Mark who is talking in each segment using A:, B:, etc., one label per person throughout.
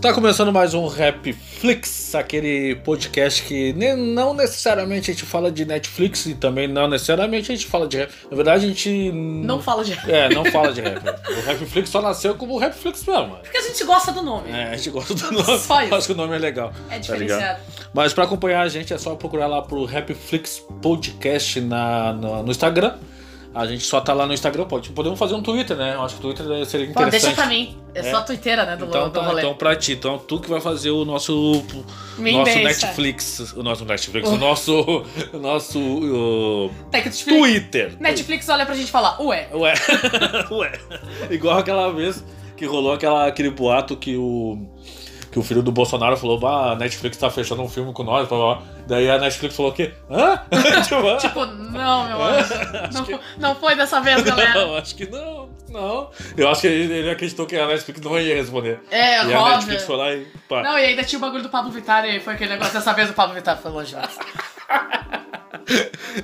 A: Tá começando mais um Rapflix, aquele podcast que nem, não necessariamente a gente fala de Netflix e também não necessariamente a gente fala de rap. Na verdade, a gente.
B: Não fala de rap.
A: É, não fala de rap. o Rapflix só nasceu como Rapflix mesmo.
B: Porque a gente gosta do nome.
A: É, a gente gosta do nome.
B: Só isso.
A: Acho que o nome é legal.
B: É
A: tá ligado?
B: diferenciado.
A: Mas pra acompanhar a gente é só procurar lá pro Rapflix Podcast na, na- no Instagram. A gente só tá lá no Instagram, pode. Podemos fazer um Twitter, né? Eu acho que o Twitter seria
B: Pô,
A: interessante.
B: deixa pra mim. É,
A: É.
B: só a tuiteira, né, do,
A: Então,
B: do
A: tá,
B: rolê.
A: então pra ti, então tu que vai fazer o nosso
B: Minha
A: nosso
B: imensa.
A: Netflix, o nosso Netflix,
B: O-
A: o nosso o nosso o
B: Netflix.
A: Twitter.
B: Netflix olha pra gente e fala, ué.
A: Ué. Ué. Igual aquela vez que rolou aquela, aquele boato que o que o filho do Bolsonaro falou, "Bah, a Netflix tá fechando um filme com nós, blá, blá, blá." daí a Netflix falou o quê? Hã? tipo, "Hã?"
B: Tipo, não, meu anjo.
A: É. Acho que-
B: Não, não foi dessa vez, galera.
A: Não, acho que não, não. Eu acho que ele, ele acreditou que a Netflix não ia responder.
B: É,
A: e a
B: Rob.
A: Netflix foi lá e pá.
B: Não, e ainda tinha o bagulho do Pablo Vittar e foi aquele negócio. Dessa vez o Pablo Vittar foi longe demais.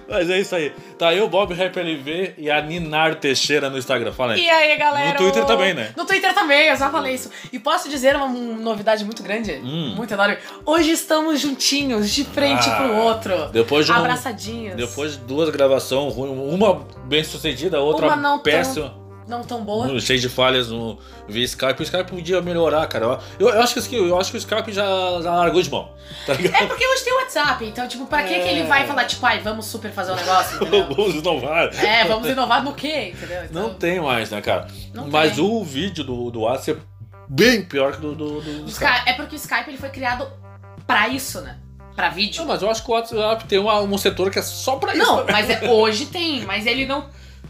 A: Mas é isso aí. Tá eu, Bob Rapper LV e a Ninar Teixeira no Instagram. Fala aí.
B: E aí, galera?
A: É. No Twitter também, né?
B: No Twitter também, eu já falei isso. E posso dizer uma um- novidade muito grande,
A: Hum.
B: muito enorme. Hoje estamos juntinhos, de frente
A: Ah,
B: pro outro.
A: Depois de, um-
B: abraçadinhos.
A: depois de duas gravações ruins, uma bem sucedida, a outra
B: Uma não tão-
A: péssima,
B: Não tão boa.
A: cheia de falhas no via Skype. O Skype podia melhorar, cara. Eu, eu acho, que, eu acho que o Skype já, já largou de mão. Tá ligado?
B: É porque hoje tem WhatsApp, então, tipo, pra que, que
A: É.
B: ele vai falar, tipo, ai, vamos super fazer um negócio, entendeu?
A: Vamos inovar.
B: é, vamos inovar no quê, entendeu? Então,
A: Não tem mais, né, cara?
B: Não
A: Mas
B: tem.
A: o vídeo do, do WhatsApp é bem pior que do, do, do- do
B: o Sky- É porque o Skype ele foi criado pra isso, né? Pra vídeo.
A: Não, mas eu acho que o WhatsApp tem uma- um setor que é só pra isso.
B: Não, mas é- hoje tem, mas ele não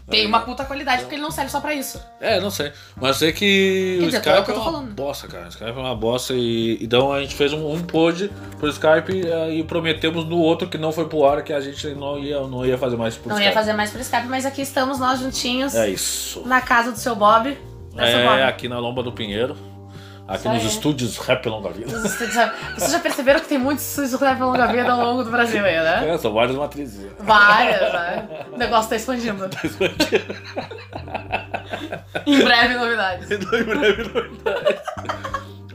B: tem uma puta qualidade porque ele não serve só pra isso.
A: É, não sei. Mas sei que
B: Quer
A: o
B: dizer,
A: Skype é,
B: é o que eu tô
A: uma
B: falando.
A: bosta, cara. O Skype é uma bosta e então a gente fez um, um pod pro Skype eh, e prometemos no outro que não foi pro ar que a gente não ia, não ia fazer mais pro
B: não
A: Skype.
B: ia fazer mais por Skype, mas aqui estamos nós juntinhos
A: É isso.
B: na casa do seu Bob. Né, seu
A: É
B: Bob?
A: aqui na Lomba do Pinheiro. Aqui
B: Isso
A: nos
B: aí.
A: estúdios Rap Longa Vida.
B: Dos estúdios- Vocês já perceberam que tem muitos estúdios do Rap Longa Vida ao longo do Brasil aí, né?
A: É, são várias matrizes.
B: Várias, né? O negócio tá expandindo. em breve, novidades.
A: Em breve, novidades.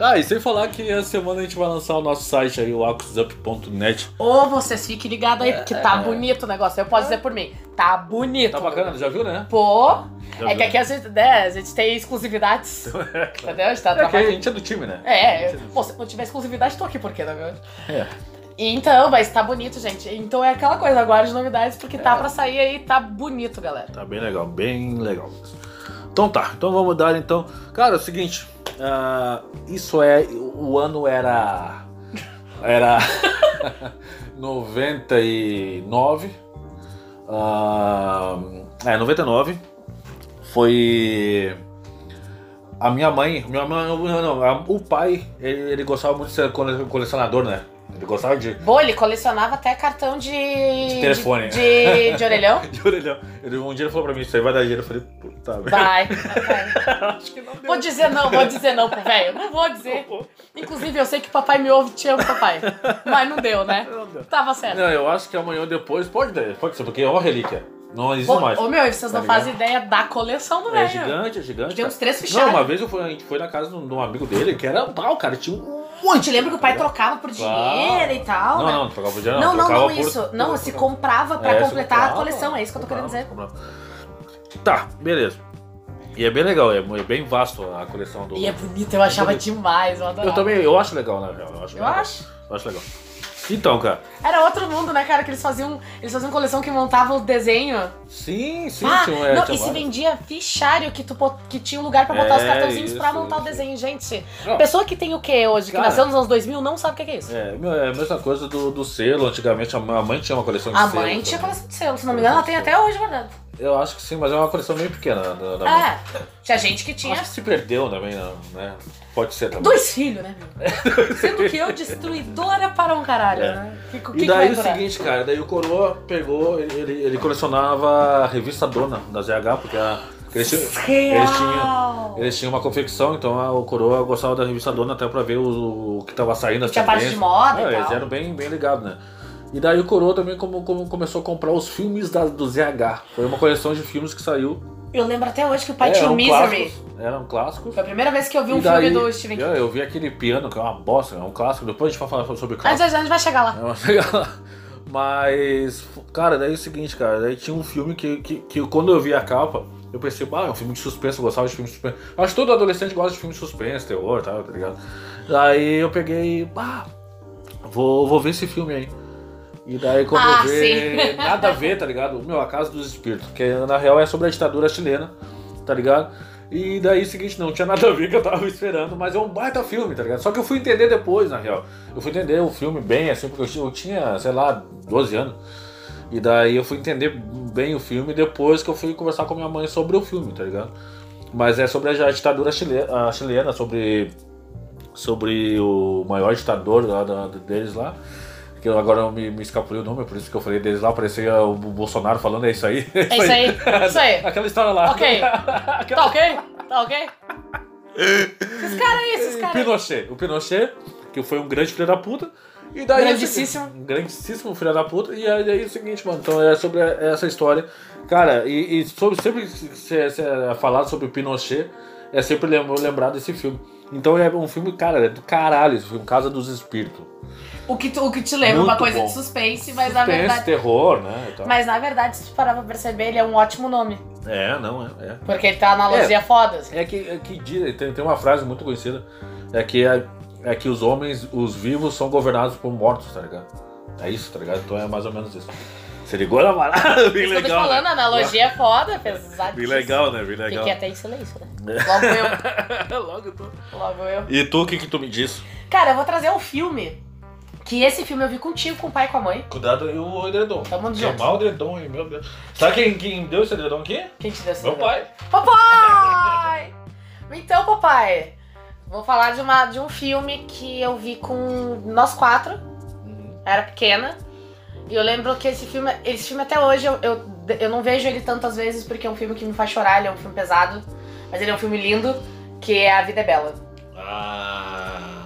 A: Ah, e sem falar que essa semana a gente vai lançar o nosso site aí, o acusup.net.
B: Ou vocês fiquem ligados aí, porque tá bonito o negócio. Eu posso dizer por mim. Tá
A: É.
B: bonito.
A: Tá bacana, já viu, né?
B: Pô,
A: Já
B: é
A: viu.
B: que aqui a gente, né, a gente tem exclusividades. Entendeu? A gente tá
A: É que a
B: trabalhando.
A: gente é do time, né?
B: É, eu- pô, se não tiver exclusividade, tô aqui por quê, na verdade?
A: É.
B: Então, mas tá bonito, gente. Então é aquela coisa, aguarde novidades, porque tá
A: É.
B: pra sair aí, tá bonito, galera.
A: Tá bem legal, bem legal. Então tá, então vamos dar então. Cara, é o seguinte, ah, isso é. O ano era. Era. 99. ah, é, 99. Foi. A minha mãe. Minha mãe não, não, a- o pai, ele, ele gostava muito de ser cole- colecionador, né? Ele gostava de.
B: Bom, ele colecionava até cartão de. De
A: telefone.
B: De, de orelhão?
A: de orelhão. Ele, um dia ele falou pra mim: Isso aí vai dar dinheiro. Eu falei: Puta, velho.
B: Vai. vai.
A: Acho que não deu.
B: Vou dizer não, vou dizer não pro velho. Não vou dizer. Inclusive, eu sei que papai me ouve, te amo, papai. Mas não deu, né?
A: Não deu.
B: Tava certo.
A: Não, eu acho que amanhã ou depois pode ter, pode ser, porque é uma relíquia. Não existe mais.
B: Ô, ô, meu, vocês
A: Tá
B: não fazem ideia da coleção do
A: é
B: velho. tá
A: gigante, é gigante.
B: Tem uns
A: cara.
B: três
A: Não,
B: fichados.
A: uma vez eu fui, a gente foi na casa de um de um amigo dele, que era um pau, cara. Tinha um monte.
B: Te lembra que o pai trocava por
A: Claro.
B: dinheiro e tal,
A: Não,
B: né?
A: não, não trocava por dinheiro, não.
B: Não, não,
A: trocava
B: não,
A: por-
B: isso. Não, se
A: trocava-
B: comprava pra
A: É, se
B: completar a
A: comprava,
B: coleção, é isso que eu tô querendo
A: comprava,
B: dizer.
A: comprava. Tá, beleza. E é bem legal, é, é bem vasto a coleção do.
B: E é bonito, eu achava
A: bonito.
B: demais, eu adorava.
A: Eu também, eu acho legal, na real. Eu acho,
B: Eu
A: legal,
B: acho.
A: Eu acho legal. Então, cara.
B: Era outro mundo, né, cara? Que eles faziam. Eles faziam coleção que montava o desenho.
A: Sim, sim,
B: ah,
A: sim. é,
B: não,
A: tinha
B: e se
A: vários.
B: vendia fichário que, tu, bot- que tinha um lugar pra botar os
A: É,
B: cartãozinhos pra
A: isso,
B: montar o
A: isso.
B: desenho, gente.
A: Não.
B: Pessoa que tem o quê hoje?
A: Cara.
B: que nasceu nos anos 2000 não sabe o que que é isso.
A: É, meu, é a mesma coisa do, do selo. Antigamente a mãe a mãe tinha uma coleção de
B: A
A: selos.
B: mãe tinha
A: né?
B: coleção de selo, se não me engano, ela tem até hoje guardado.
A: Eu acho que sim, mas é uma coleção meio pequena da, da mãe.
B: É, tinha gente que tinha
A: Acho que se perdeu também, não, né? Pode ser também.
B: dois filhos, né, meu? Sendo que eu destruidora para um caralho,
A: É.
B: né? Que, que
A: E
B: que
A: daí
B: vai
A: o
B: durar?
A: seguinte, cara, daí o Coroa pegou, ele, ele- ele colecionava a revista Dona da ZH, porque a, porque eles, tinham, eles, tinham,
B: Real.
A: eles tinham uma confecção, então a- o Coroa gostava da revista Dona até pra ver o, o que tava saindo as
B: Tinha parte de
A: tendências.
B: moda
A: É,
B: e
A: eles
B: tal.
A: eram bem, bem ligados, né? E daí o Coroa também como, como começou a comprar os filmes da- do ZH. Foi uma coleção de filmes que saiu
B: Eu lembro até hoje que o pai
A: É,
B: tinha o
A: eram
B: Misery.
A: clássicos, Eram clássicos.
B: Foi a primeira vez que eu vi um
A: E daí,
B: filme do Steven King.
A: Eu, eu vi aquele piano, que é uma bosta, é um clássico. Depois a gente vai falar sobre
B: A
A: clássico.
B: gente, a gente vai chegar lá.
A: É uma pegada. Mas, cara, daí é o seguinte, cara, daí tinha um filme que, que, que quando eu vi a capa, eu pensei, ah, é um filme de suspense, eu gostava de filme de suspense. Acho que todo adolescente gosta de filme de suspense, terror, tá, tá ligado? Daí eu peguei, ah, vou, vou ver esse filme aí. E daí quando
B: Ah,
A: eu ver,
B: sim.
A: nada a ver, tá ligado? Meu, A Casa dos Espíritos, que na real é sobre a ditadura chilena, tá ligado? E daí o seguinte, não tinha nada a ver que eu tava esperando, mas é um baita filme, tá ligado? Só que eu fui entender depois, na real. Eu fui entender o filme bem, assim, porque eu tinha- eu tinha, sei lá, 12 anos. E daí eu fui entender bem o filme depois que eu fui conversar com a minha mãe sobre o filme, tá ligado? Mas é sobre a ditadura chile- a chilena, sobre, sobre o maior ditador lá da- deles lá. Que eu- agora eu me, me escapulei o nome, é por isso que eu falei deles lá, parecia o Bolsonaro falando, é isso aí.
B: É isso aí. Isso aí.
A: Aquela história lá.
B: Ok.
A: Aquela-
B: Tá ok? Tá ok? Esses caras aí, esses
A: o
B: caras aí.
A: Pinochet. O Pinochet, que foi um grande filho da puta. E daí.
B: Grandissíssimo.
A: Um grandíssimo filho da puta. E aí, daí é o seguinte, mano. Então é sobre essa história. Cara, e, e sobre, sempre que se, se é falado sobre o Pinochet, é sempre lem- lembrado desse filme. Então é um filme, cara, é do caralho esse filme, Casa dos Espíritos.
B: O que, tu- o que te lembra
A: Muito
B: uma coisa
A: bom.
B: de suspense, mas na
A: Suspense,
B: verdade.
A: terror, né? e tal.
B: Mas na verdade, se tu parar pra perceber, ele é um ótimo nome.
A: É, não, é. é.
B: Porque ele tem uma analogia foda. assim.
A: É que, é que diz- tem, tem uma frase muito conhecida, é que, é, é que os homens, os vivos, são governados por mortos, tá ligado? É isso, tá ligado? Então é mais ou menos isso. Você ligou na parada? Bem
B: Isso que eu tô te
A: legal.
B: falando, a
A: né?
B: analogia é foda, pesadíssima.
A: Bem legal, né? Bem legal.
B: Fiquei até em silêncio, né? Logo eu,
A: Logo tô.
B: logo eu.
A: E tu, o que, que tu me disse?
B: Cara, eu vou trazer um filme. Que esse filme eu vi contigo, com o pai e com a mãe.
A: Cuidado aí o edredom.
B: Tamo junto.
A: Chamar o edredom aí, meu Deus. Sabe quem, quem deu esse edredom aqui?
B: Quem te deu essa
A: Meu
B: ideia?
A: pai.
B: Papai! Então, papai, vou falar de, uma, de um filme que eu vi com nós quatro.
A: Hum,
B: era pequena. E eu lembro que esse filme, esse filme até hoje eu, eu, eu não vejo ele tantas vezes porque é um filme que me faz chorar, ele é um filme pesado, mas ele é um filme lindo, que é A Vida é Bela.
A: Ah.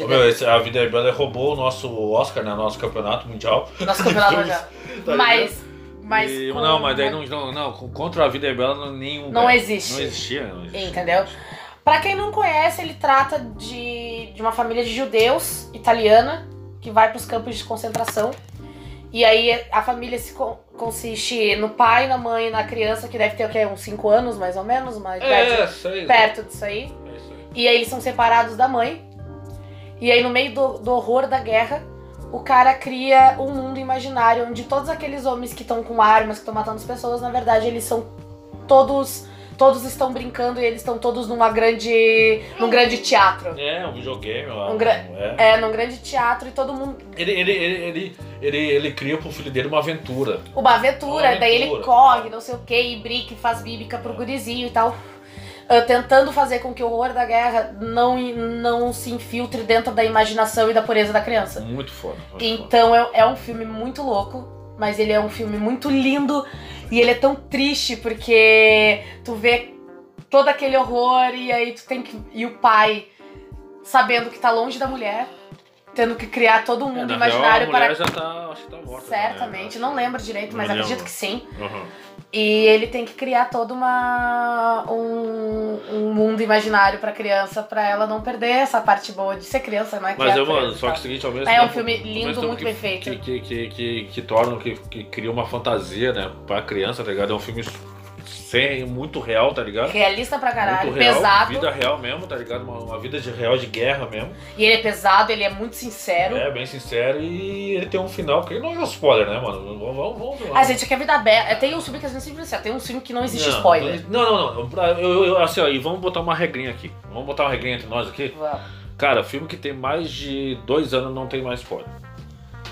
A: Ô, meu, esse- a Vida é Bela roubou o nosso Oscar, né? Nosso campeonato mundial.
B: Nosso campeonato mundial.
A: Tá ligado?
B: Mas. Mas.
A: E-
B: com-
A: não, mas daí não, não, não, com- contra a vida é bela não- nenhum.
B: Não
A: velho.
B: existe.
A: Não existia. Não existia.
B: Entendeu? Pra quem não conhece, ele trata de, de uma família de judeus italiana que vai pros campos de concentração. E aí a família se con- consiste no pai, na mãe e na criança, que deve ter o quê? Uns 5 anos, mais ou menos, mas
A: É, sei.
B: perto disso aí.
A: É isso aí.
B: E aí eles são separados da mãe. E aí, no meio do, do horror da guerra, o cara cria um mundo imaginário onde todos aqueles homens que estão com armas, que estão matando as pessoas, na verdade, eles são todos. Todos estão brincando e eles estão todos numa grande. num grande teatro.
A: É, um videogame lá.
B: Um gra-
A: é.
B: É, num grande teatro e todo mundo.
A: Ele, ele, ele, ele, ele, ele cria pro filho dele uma aventura.
B: Uma aventura,
A: Uma
B: daí ele
A: aventura.
B: corre, não sei o que, e brinca, e faz bíblica pro gurizinho e tal. Ah, Tentando fazer com que o horror da guerra não, não se infiltre dentro da imaginação e da pureza da criança.
A: Muito foda. muito foda.
B: Então é, é um filme muito louco, mas ele é um filme muito lindo e ele é tão triste porque tu vê todo aquele horror e aí tu tem que. E o pai sabendo que tá longe da mulher, tendo que criar todo um
A: É,
B: mundo
A: na
B: imaginário
A: real, a mulher
B: para.
A: já tá, acho que tá morta.
B: Certamente,
A: né?
B: não lembro direito, mas
A: Não lembro.
B: acredito que sim.
A: Uhum.
B: E ele tem que criar todo uma um, um mundo imaginário pra criança, pra ela não perder essa parte boa de ser criança, né? que é
A: Mas
B: a
A: eu, mano,
B: criança e
A: só
B: tal.
A: que o seguinte, ao mesmo
B: É um
A: tempo-
B: filme
A: ao mesmo
B: lindo,
A: tempo
B: muito
A: que,
B: bem feito.
A: Que, que, que, que, que torna, que, que cria uma fantasia, né? Pra criança, tá ligado? É um filme sem, muito real, tá ligado?
B: Realista pra caralho,
A: muito real,
B: pesado.
A: vida real mesmo, tá ligado? Uma, uma vida de real de guerra mesmo.
B: E ele é pesado, ele é muito sincero.
A: É, bem sincero. E ele tem um final que não é um spoiler, né, mano? Vamos, vamos, vamos.
B: A gente quer vida aberta. Tem um filme que a gente sempre assim, ó, tem um filme que não existe
A: Não,
B: spoiler.
A: Não, não, não. Eu, eu- assim, ó, e vamos botar uma regrinha aqui. Vamos botar uma regrinha entre nós aqui.
B: Vamos.
A: Cara, filme que tem mais de dois anos não tem mais spoiler.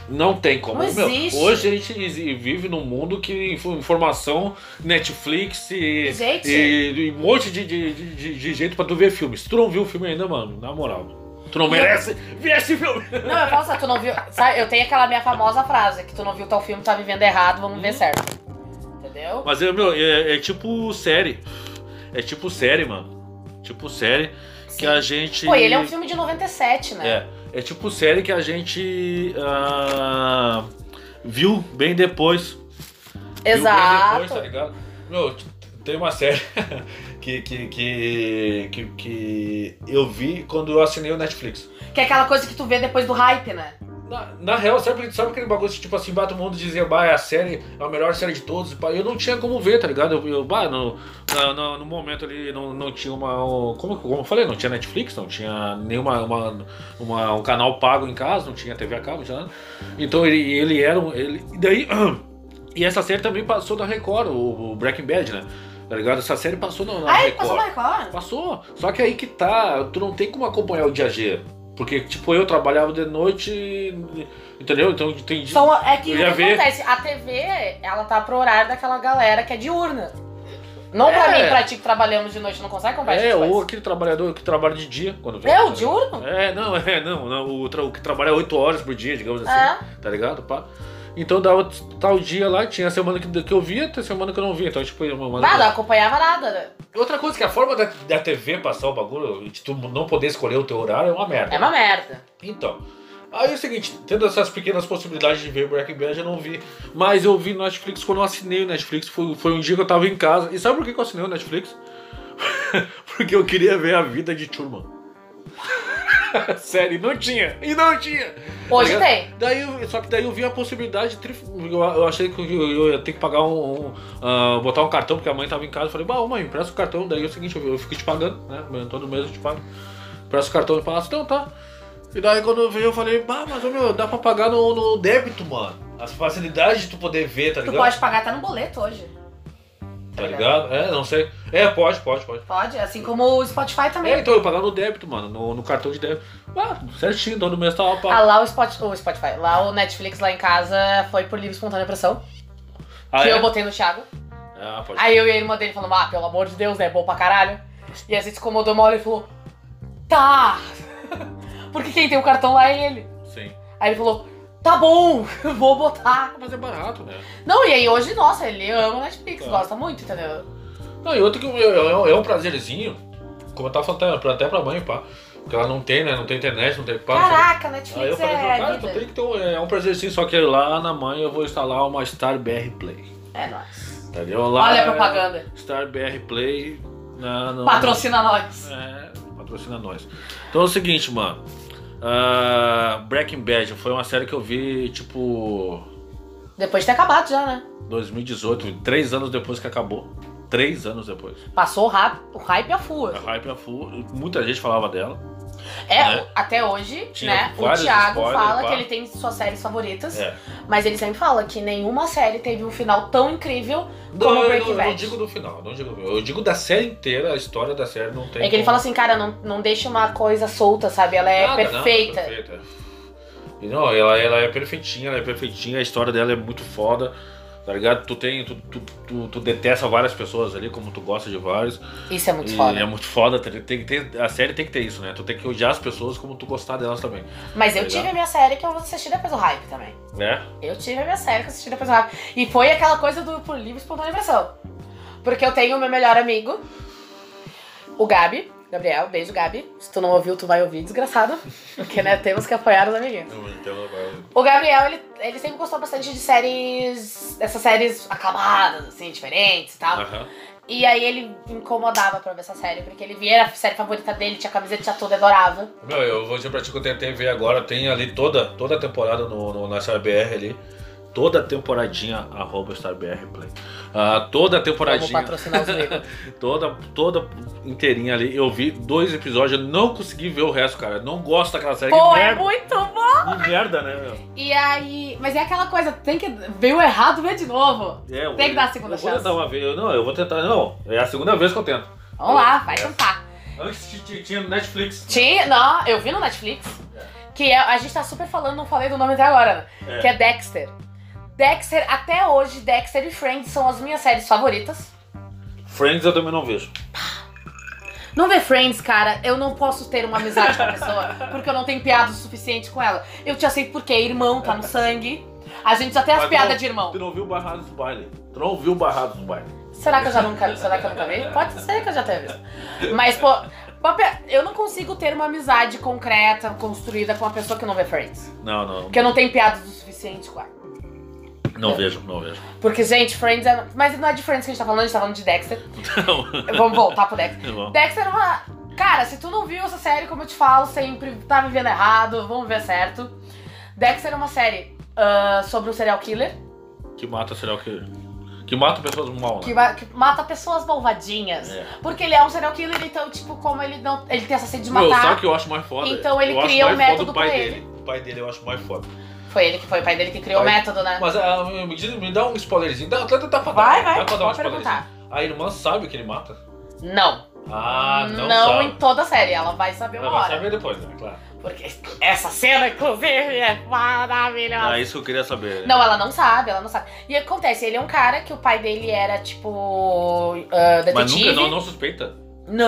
A: Não tem como.
B: Não
A: Meu,
B: existe.
A: hoje a gente exi- vive num mundo que info- informação, Netflix e,
B: Gente.
A: e- e um monte de, de, de- de- de jeito pra tu ver filme. Se tu não viu o filme ainda, mano, na moral, tu não merece ver esse filme.
B: Não, eu falo assim, tu não viu. Sabe, eu tenho aquela minha famosa frase, que tu não viu tal filme, tá vivendo errado, vamos
A: Uhum.
B: ver certo. Entendeu?
A: Mas, é, meu, é, é tipo série. É tipo série, mano. Tipo série que
B: Sim.
A: a gente...
B: Pô, e ele é um filme de 97, né?
A: É, é tipo série que a gente ah, viu bem depois. Viu bem
B: Exato.
A: depois, tá ligado? Meu, t- tem uma série que, que, que, que, que eu vi quando eu assinei o Netflix.
B: Que é aquela coisa que tu vê depois do hype, né?
A: Na, na real, sabe, sabe aquele bagulho que, tipo assim, bate o mundo e dizia, bah, é a série, é a melhor série de todos. pá, Eu não tinha como ver, tá ligado? Eu, eu bah, no, na- no, no momento ali não, não tinha uma. um- Como, como eu falei, não tinha Netflix, não tinha nenhuma uma, uma- um canal pago em casa, não tinha TV a cabo, não tinha nada. Então ele, ele era um. Ele, e daí. E essa série também passou na Record, o, o Breaking Bad, né? Tá ligado? Essa série passou na, na
B: Ah, ele
A: Record.
B: passou na Record?
A: Passou. Só que aí que tá, tu não tem como acompanhar o dia a dia. Porque, tipo, eu trabalhava de noite, entendeu? Então tem dia.
B: Então, é que o
A: Eu
B: que
A: ia ver.
B: acontece? A TV, ela tá pro horário daquela galera que é diurna. Não pra
A: É.
B: mim, pra ti que trabalhamos de noite, não consegue comprar
A: É, ou
B: essas coisas.
A: aquele trabalhador que trabalha de dia quando vem.
B: Eu, diurno?
A: É, não, é, não. não o, tra- o que trabalha 8 horas por dia, digamos assim.
B: É.
A: Tá ligado? Pá. Então dava tal dia lá, tinha a semana que, que eu via, tem semana que eu não via. Então, tipo, uma uma-
B: Nada, eu acompanhava nada. né?
A: Outra coisa que a forma da, da TV passar o bagulho, de tu não poder escolher o teu horário, é uma merda.
B: É uma merda.
A: Então, aí é o seguinte, tendo essas pequenas possibilidades de ver Breaking Bad, eu não vi. Mas eu vi no Netflix quando eu assinei o Netflix. Foi, foi um dia que eu tava em casa. E sabe por que que eu assinei o Netflix? Porque eu queria ver a vida de Truman. Sério, e não tinha. E não tinha.
B: Hoje
A: Tá ligado?
B: tem.
A: Daí, eu- só que daí eu vi a possibilidade. tri- Eu, eu achei que eu, eu ia ter que pagar um. um, ah, botar um cartão, porque a mãe tava em casa. Eu falei, bah, ô, mãe, empresta o cartão. Daí é o seguinte, eu, eu fico te pagando, né? Todo mês eu te pago. Empresta o cartão e fala, então tá. E daí quando eu vi, eu falei, bah, mas ô, meu, dá pra pagar no, no débito, mano. As facilidades de tu poder ver, tá
B: Tu
A: ligado?
B: pode pagar até no boleto hoje.
A: Tá ligado? É, não sei. É, pode, pode, pode.
B: Pode, assim como o Spotify também.
A: É, então eu pagava no débito, mano, no, no cartão de débito. Ah, certinho, todo mês tava
B: Ah,
A: pago.
B: lá o, Spot- o Spotify, lá o Netflix lá em casa foi por livre e espontânea pressão.
A: Ah,
B: que
A: é?
B: eu botei no Thiago.
A: Ah, pode.
B: Aí eu e a irmã dele falamos, ah, pelo amor de Deus, né? É bom pra caralho. E a gente se incomodou uma hora e falou, tá! Porque quem tem o cartão lá é ele.
A: Sim.
B: Aí ele falou, tá bom, vou botar.
A: Mas é barato, né?
B: Não, e aí hoje, nossa, ele ama Netflix,
A: Tá.
B: gosta muito, entendeu?
A: Não, e outro que eu- eu- eu- é um prazerzinho, como eu tava falando até- pra- até pra mãe, pá. Porque ela não tem, né? Não tem internet, não tem pá. não sei o quê.
B: Caraca,
A: Aí eu
B: Netflix
A: falei,
B: é
A: cara,
B: a
A: tu tem
B: vida.
A: que ter um, é um prazerzinho, só que lá na mãe eu vou instalar uma Star BR Play.
B: É nóis.
A: Entendeu? Lá
B: Olha a
A: é
B: propaganda.
A: Star BR Play. Na, na-
B: Patrocina nós.
A: É, patrocina nós. Então é o seguinte, mano. Ah, Breaking Bad foi uma série que eu vi, tipo,
B: Depois de ter acabado já, né?
A: 2018, três anos depois que acabou. Três anos depois.
B: Passou o hype, o hype a full.
A: A hype é full, muita gente falava dela.
B: É,
A: Né?
B: o- até hoje,
A: Tinha
B: né? O
A: vários
B: Thiago
A: spoilers,
B: fala
A: pá.
B: que ele tem suas séries favoritas,
A: É.
B: mas ele sempre fala que nenhuma série teve um final tão incrível
A: Não,
B: como
A: eu,
B: Breaking
A: não, eu não
B: Bad.
A: digo do final, não digo, eu digo da série inteira, a história da série não tem.
B: É que ele
A: como-
B: fala assim, cara, não, não deixa uma coisa solta, sabe? Ela é
A: Nada, não,
B: perfeita.
A: perfeita. E não, ela, ela é perfeitinha, ela é perfeitinha, a história dela é muito foda. Tá ligado? Tu tem, tu, tu, tu, tu detesta várias pessoas ali, como tu gosta de vários.
B: Isso é muito
A: e
B: foda.
A: é muito foda, tá ligado? tem, que ter- a série tem que ter isso, né? Tu tem que odiar as pessoas como tu gostar delas também.
B: Mas eu
A: Tá
B: tive
A: ligado?
B: a minha série que eu assisti depois do hype também.
A: Né?
B: Eu tive a minha série que eu assisti depois do hype. E foi aquela coisa do por livre e espontânea versão. Porque eu tenho o meu melhor amigo, o Gabi. Gabriel, beijo, Gabi. Se tu não ouviu, tu vai ouvir, desgraçado. Porque, né, temos que apoiar os amiguinhos. O Gabriel, ele, ele sempre gostou bastante de séries. Essas séries acabadas, assim, diferentes e tal.
A: Aham.
B: E aí ele incomodava pra ver essa série, porque ele via era a série favorita dele, tinha a camiseta, tinha tudo, adorava.
A: Meu, eu vou dizer pra ti que eu tentei ver agora, tem ali toda, toda a temporada no, no, na StarBR ali. Toda a temporadinha, arroba StarBR Play. Ah, toda a
B: Vamos
A: temporadinha,
B: patrocinar os negros.
A: toda, toda inteirinha ali. Eu vi dois episódios, eu não consegui ver o resto, cara. Eu Não gosto daquela série.
B: Pô,
A: que
B: é
A: merda,
B: muito bom!
A: que merda, né, meu?
B: E aí. Mas é aquela coisa, tem que. Veio errado, vê de novo.
A: É, eu-
B: Tem que dar a segunda
A: eu vou
B: chance.
A: tentar uma vez. Eu- Não, eu vou tentar. Não, é a segunda vez que eu tento.
B: Vamos lá, vai tentar.
A: Antes t- t- tinha no Netflix.
B: Tinha. Não, eu vi no Netflix. Que é- a gente tá super falando, não falei do nome até agora, né?
A: É.
B: Que é Dexter. Dexter, até hoje, Dexter e Friends são as minhas séries favoritas.
A: Friends eu também não vejo.
B: Não ver Friends, cara, eu não posso ter uma amizade com a pessoa, porque eu não tenho piada o suficiente com ela. Eu te aceito porque é irmão, tá no sangue. A gente já tem as
A: Mas
B: piadas
A: não-
B: de irmão.
A: Tu não viu Barrados do Baile. Tu não viu Barrados do Baile.
B: Será que eu já nunca, será que eu nunca vi? Pode ser que eu já tenha visto. Mas, pô, papel- eu não consigo ter uma amizade concreta, construída com uma pessoa que não vê Friends.
A: Não, não.
B: Porque eu não tenho piadas o suficiente com ela.
A: Não vejo, não vejo.
B: Porque, gente, Friends é. Mas não é de Friends que a gente tá falando, a gente tá falando de Dexter. Vamos voltar pro Dexter.
A: Não.
B: Dexter é uma. Cara, se tu não viu essa série, como eu te falo, sempre tá vivendo errado, vamos ver certo. Dexter é uma série ah, sobre um serial killer
A: Que mata serial que. Que mata pessoas mal,
B: que,
A: né?
B: ma- que mata pessoas malvadinhas.
A: É.
B: Porque ele é um serial killer, então, tipo, como ele não. Ele tem essa sede de
A: Meu, sabe
B: matar.
A: o que eu acho mais foda?
B: Então ele
A: Eu acho
B: cria
A: mais
B: um
A: foda
B: método
A: o pai
B: pra
A: dele. O pai dele eu acho mais foda.
B: Foi ele que foi o pai dele que criou o
A: Vai.
B: método, né?
A: Mas ah, me, diz- me dá um spoilerzinho. Dá, dá, dá pra dar,
B: Vai,
A: dá
B: vai,
A: pra dar um
B: pode
A: spoilerzinho.
B: perguntar.
A: A irmã sabe que ele mata?
B: Não.
A: Ah, não,
B: Hum, não
A: sabe.
B: em toda a série, ela vai saber uma
A: Ela vai
B: hora.
A: saber depois, né? Claro.
B: Porque essa cena, inclusive, é maravilhosa.
A: Ah, isso que eu queria saber.
B: Tá. Não, ela não sabe, ela não sabe. E acontece, ele é um cara que o pai dele era, tipo, ah,
A: Hum. Mas
B: detetive.
A: nunca, não, não suspeita.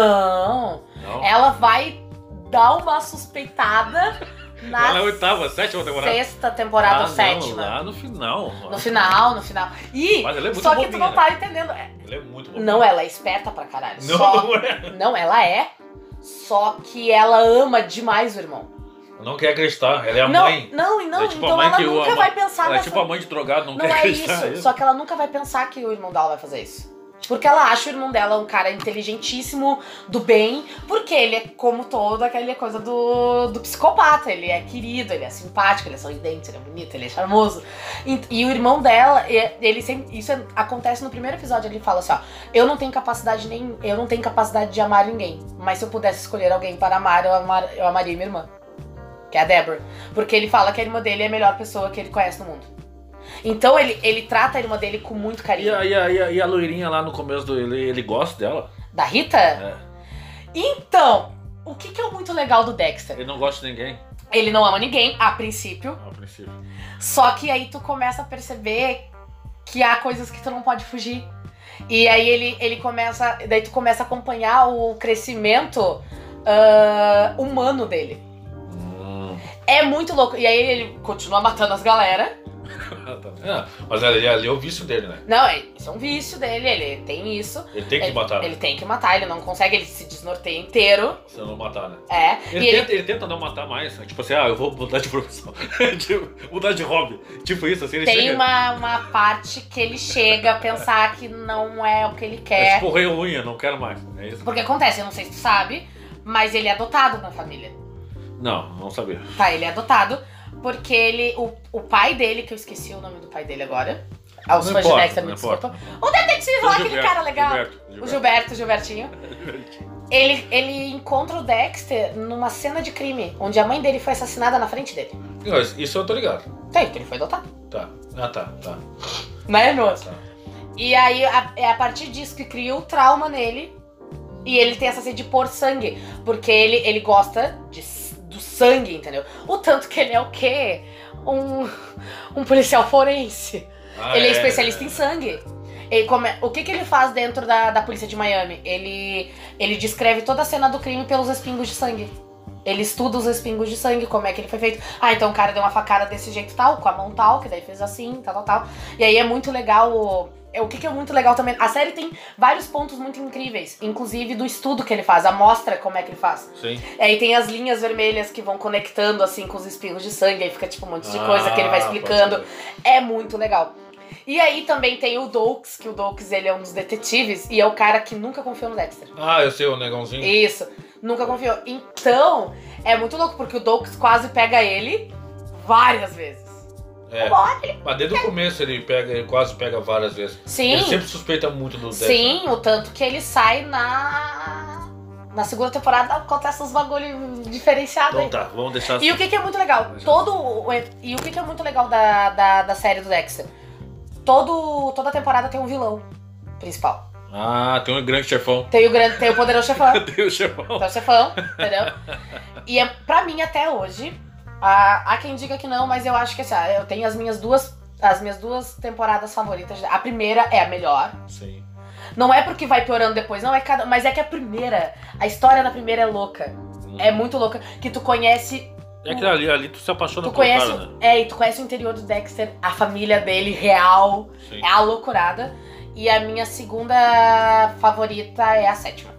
B: não.
A: Não.
B: Ela vai dar uma suspeitada na
A: Lá na é oitava, sétima temporada.
B: sexta temporada
A: Ah,
B: ou
A: não,
B: sétima.
A: lá no final.
B: No final, no final. E,
A: Mas ela é muito
B: só que tu
A: bobinha,
B: não tá entendendo. É,
A: Ele é muito bom.
B: Não, ela é esperta pra caralho.
A: Não,
B: Só-
A: não é.
B: não, ela é. Só que ela ama demais o irmão.
A: Não quer acreditar. Ela é a
B: não,
A: mãe.
B: não, e não,
A: É tipo a
B: então
A: mãe
B: ela
A: que o-
B: nunca
A: a mãe-
B: vai pensar
A: Ela é
B: nessa.
A: tipo a mãe de drogado, não,
B: Não
A: quer
B: é
A: acreditar.
B: isso. Só que ela nunca vai pensar que o irmão dela vai fazer isso. Porque ela acha o irmão dela um cara inteligentíssimo, do bem, porque ele é como todo aquela coisa do, do psicopata. Ele é querido, ele é simpático, ele é sorridente, ele é bonito, ele é charmoso. E, e o irmão dela, e- ele sempre. Isso é- acontece no primeiro episódio, ele fala assim, ó. Eu não tenho capacidade nem. Eu não tenho capacidade de amar ninguém. Mas se eu pudesse escolher alguém para amar, eu, amar, eu amaria minha irmã. Que é a Deborah. Porque ele fala que a irmã dele é a melhor pessoa que ele conhece no mundo. Então ele, ele trata a irmã dele com muito
A: E
B: carinho.
A: a, e, a, e a- e a loirinha lá no começo do. Ele, ele gosta dela?
B: Da Rita?
A: É.
B: Então, o que, que é o muito legal do Dexter?
A: Ele não gosta de ninguém,
B: Ele não ama ninguém, a princípio.
A: a princípio.
B: Só que aí tu começa a perceber que há coisas que tu não pode fugir. E aí ele, ele começa. Daí tu começa a acompanhar o crescimento ah, humano dele.
A: Hum.
B: É muito louco. E aí ele continua matando as galera.
A: É, mas ali, ali é o vício dele, né?
B: Não, é- isso é um vício dele, ele tem isso.
A: Ele tem que matar, né?
B: Ele tem que matar, ele não consegue, ele se desnorteia inteiro.
A: Se não matar, né?
B: É.
A: Ele,
B: e ele
A: tenta, ele tenta não matar mais. né? Tipo assim, ah, eu vou mudar de profissão. tipo, mudar de hobby. Tipo isso, assim, ele
B: tem
A: chega.
B: uma, uma parte que ele chega a pensar que não é o que ele
A: É
B: quer.
A: tipo o rei unha, não quero mais. É isso?
B: Porque acontece, eu não sei se tu sabe, mas ele é adotado na família.
A: Não, não sabia.
B: Tá, ele é adotado porque ele. O, o pai dele, que eu esqueci o nome do pai dele agora. Ah, os
A: Não
B: fãs de
A: importa,
B: Dexter me
A: não importa.
B: desculpam. O detetive lá, aquele
A: Gilberto,
B: cara legal.
A: Gilberto,
B: O
A: Gilberto.
B: Gilberto, o Gilbertinho. Ele, ele encontra o Dexter numa cena de crime, onde a mãe dele foi assassinada na frente dele.
A: Não, isso- Isso eu tô ligado.
B: Tem, porque ele foi adotado.
A: Tá. Ah, tá, tá.
B: Né, meu?
A: tá.
B: E aí a- é a partir disso que cria o trauma nele. E ele tem essa sede de pôr sangue. Porque ele, ele gosta de s- do sangue, entendeu? O tanto que ele é o quê? Um, um policial forense.
A: Ah,
B: ele é, especialista em sangue. Ele come- O que, que ele faz dentro da, da polícia de Miami? Ele, ele descreve toda a cena do crime pelos respingos de sangue. Ele estuda os respingos de sangue, como é que ele foi feito. Ah, então o cara deu uma facada desse jeito tal, com a mão tal, que daí fez assim, tal, tal, tal. E aí é muito legal. O, é, o que, que é muito legal também. A série tem vários pontos muito incríveis, inclusive do estudo que ele faz, a mostra como é que ele faz.
A: Sim.
B: E aí tem as linhas vermelhas que vão conectando assim com os espingos de sangue, aí fica tipo um monte de coisa que ele vai
A: Ah, pode
B: explicando.
A: ser.
B: É muito legal. E aí também tem o Dox, que o Dox ele é um dos detetives e é o cara que nunca confiou no Dexter.
A: Ah, eu sei o negãozinho.
B: Isso, nunca confiou. Então, é muito louco, porque o Dox quase pega ele várias vezes.
A: É.
B: Bora.
A: Mas desde o começo ele pega, ele quase pega várias vezes. Ele
B: Sim,
A: sempre suspeita muito do Dexter.
B: sim, o tanto que ele sai na. Na segunda temporada acontece uns bagulho diferenciado aí.
A: Então tá, vamos deixar assim.
B: E o que, que é muito legal? Todo o- e o que, que é muito legal da, da, da série do Dexter? Todo, toda temporada tem um vilão principal.
A: Ah, tem um grande chefão.
B: Tem o grande, tem o poderoso chefão,
A: Tem o chefão.
B: tem o chefão, entendeu? E é, pra mim até hoje, há, há quem diga que não, mas eu acho que assim, ah, eu tenho as minhas duas as minhas duas temporadas favoritas. A primeira é a melhor.
A: Sim.
B: Não é porque vai piorando depois, não é cada, mas é que a primeira, a história da primeira é louca. É muito louca que tu conhece
A: É que ali, ali tu se apaixona
B: Tu
A: pelo
B: conhece,
A: cara, né?
B: é, e tu conhece o interior do Dexter, a família dele real,
A: Sim.
B: é a loucurada. E a minha segunda favorita é a sétima.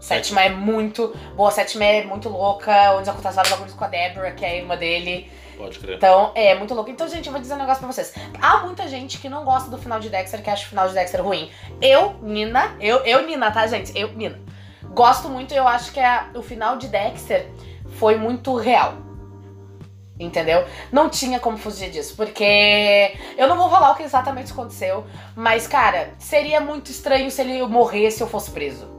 B: Sétima é muito boa, a sétima é muito louca, onde acontece vários bagulhos com a Deborah, que é a irmã dele.
A: Pode crer.
B: Então, é muito louco. Então, gente, eu vou dizer um negócio pra vocês. Há muita gente que não gosta do final de Dexter, que acha o final de Dexter ruim. Eu, Nina, eu, eu Nina, tá, gente? Eu, Nina. Gosto muito e eu acho que a- o final de Dexter foi muito real. Entendeu? Não tinha como fugir disso, porque eu não vou falar o que exatamente aconteceu, mas, cara, seria muito estranho se ele morresse ou fosse preso.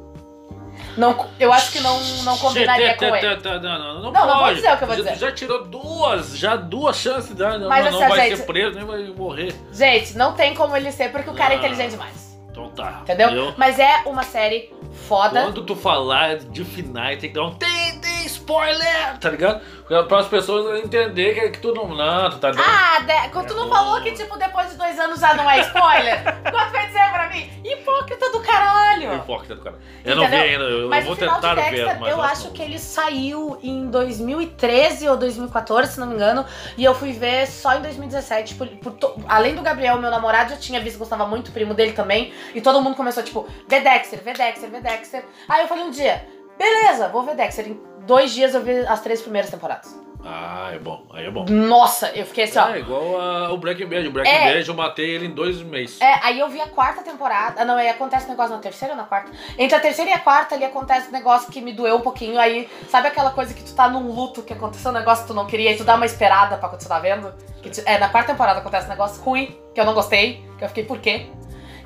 B: Não, eu acho que não, não combinaria com ele.
A: é, Não, não, não,
B: Não, não vou
A: pode.
B: dizer o que eu vou
A: Já-
B: dizer.
A: Já tirou duas, já duas chances. né? Não,
B: Mas
A: não, não
B: essa
A: vai
B: gente-
A: ser preso, nem vai morrer.
B: Gente, não tem como ele ser, porque o cara é
A: Ah.
B: inteligente demais.
A: Então tá.
B: Entendeu?
A: Eu-
B: Mas é uma série foda.
A: Quando tu falar de finais, tem que dar um tem, tem spoiler, tá ligado? Para as pessoas entenderem que, que tu não. Não, tu tá dando.
B: Ah, de... quando tu não
A: É.
B: falou que, tipo, depois de dois anos já não é spoiler? Quanto vai dizer pra mim? Hipócrita do caralho!
A: Hipócrita do um cara. Eu não vi
B: Entendeu?
A: ainda, eu
B: Mas
A: vou
B: o final
A: tentar
B: de
A: ver.
B: Dexter,
A: Mas
B: eu acho que ele saiu em 2013 ou 2014, se não me engano. E eu fui ver só em 2017. Por, por to- Além do Gabriel, meu namorado, já tinha visto, gostava muito, primo dele também. E todo mundo começou, tipo, vê Dexter, vê Dexter, vê Dexter. Aí eu falei um dia, beleza, vou ver Dexter. Em dois dias eu vi as três primeiras temporadas.
A: Ah, é bom, aí é bom.
B: Nossa, eu fiquei assim, ó.
A: É igual a- o Breaking Bad. O Breaking
B: É.
A: Bad eu matei ele em dois meses.
B: É, aí eu vi a quarta temporada. Ah, não, aí acontece um negócio na terceira ou na quarta? Entre a terceira e a quarta ali acontece um negócio que me doeu um pouquinho. Aí, sabe aquela coisa que tu tá num luto que aconteceu um negócio que tu não queria e tu dá uma esperada pra continuar vendo? Que tu- é, na quarta temporada acontece um negócio ruim, que eu não gostei, que eu fiquei por quê?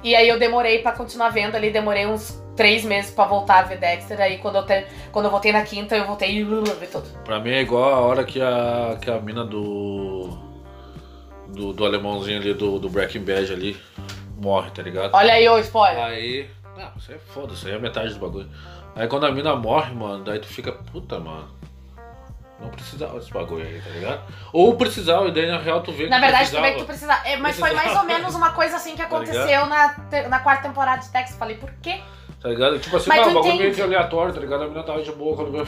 B: E aí eu demorei pra continuar vendo ali, demorei uns três meses pra voltar a ver Dexter. Aí quando eu, te- quando eu voltei na quinta, eu voltei e vi tudo.
A: Pra mim é igual a hora que a, que a mina do, do. do alemãozinho ali do, do Breaking Bad ali morre, tá ligado?
B: Olha aí o spoiler.
A: Aí. Não, isso aí é foda, isso aí é metade do bagulho. Aí quando a mina morre, mano, daí tu fica, puta, mano. Não precisava desse bagulho aí, tá ligado? Ou precisava, e daí na real tu vê que
B: Na verdade, tu
A: precisava.
B: vê que tu precisa. é, mas foi mais ou menos uma coisa assim que
A: Tá
B: aconteceu na, te- na quarta temporada de Texas. Falei, por quê?
A: Tá ligado? Tipo assim,
B: Mas
A: não,
B: tu
A: o bagulho meio
B: entende.
A: que aleatório, tá ligado? A mina tava de boa quando eu,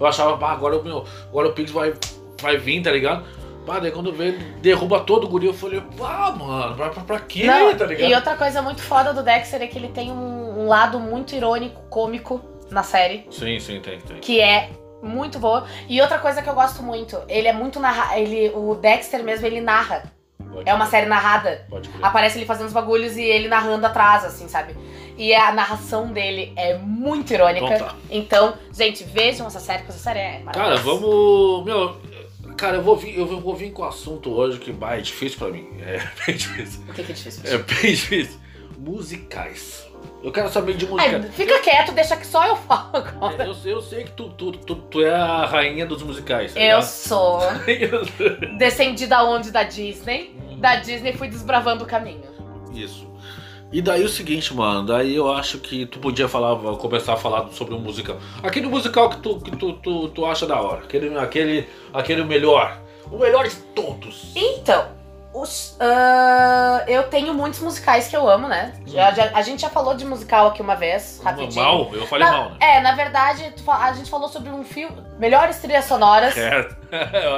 A: eu achava, pá, agora o meu. Agora o Pix vai, vai vir, tá ligado? Pá, daí quando vê, derruba todo o guri, eu falei, pá, mano, pra, pra, pra quê,
B: Não,
A: tá ligado?
B: E outra coisa muito foda do Dexter é que ele tem um, um lado muito irônico, cômico na série,
A: Sim, sim, tem, tem.
B: que é muito boa. E outra coisa que eu gosto muito, ele é muito narra, ele o Dexter mesmo ele narra.
A: Pode
B: É uma
A: crer,
B: série narrada.
A: Pode crer.
B: Aparece ele fazendo os bagulhos e ele narrando atrás, assim, sabe? E a narração dele é muito irônica.
A: Então tá.
B: Então, gente, vejam essa série, porque essa série é
A: Cara,
B: maravilhosa.
A: vamos. Meu, cara, eu vou vir, eu vou vir com o assunto hoje que bah, é difícil pra mim. É bem difícil.
B: O que que é difícil?
A: É bem difícil. Musicais. Eu quero saber de
B: Ai,
A: música. É,
B: fica quieto, deixa que só eu falo agora.
A: Eu, eu sei que tu, tu, tu, tu é a rainha dos musicais. tá
B: Eu
A: ligado?
B: sou descendi da onde? Da Disney. Da Disney fui desbravando o caminho.
A: Isso. E daí o seguinte, mano, daí eu acho que tu podia falar, começar a falar sobre um musical. Aquele musical que tu, que tu, tu, tu acha da hora, aquele, aquele, aquele melhor. O melhor de todos.
B: Então, os- ah, eu tenho muitos musicais que eu amo, né? Já- já- a gente já falou de musical aqui uma vez, rapidinho.
A: Mal? Eu falei
B: Na-
A: mal, né?
B: É, na verdade, tu fa- a gente falou sobre um filme. Melhores trilhas sonoras. É,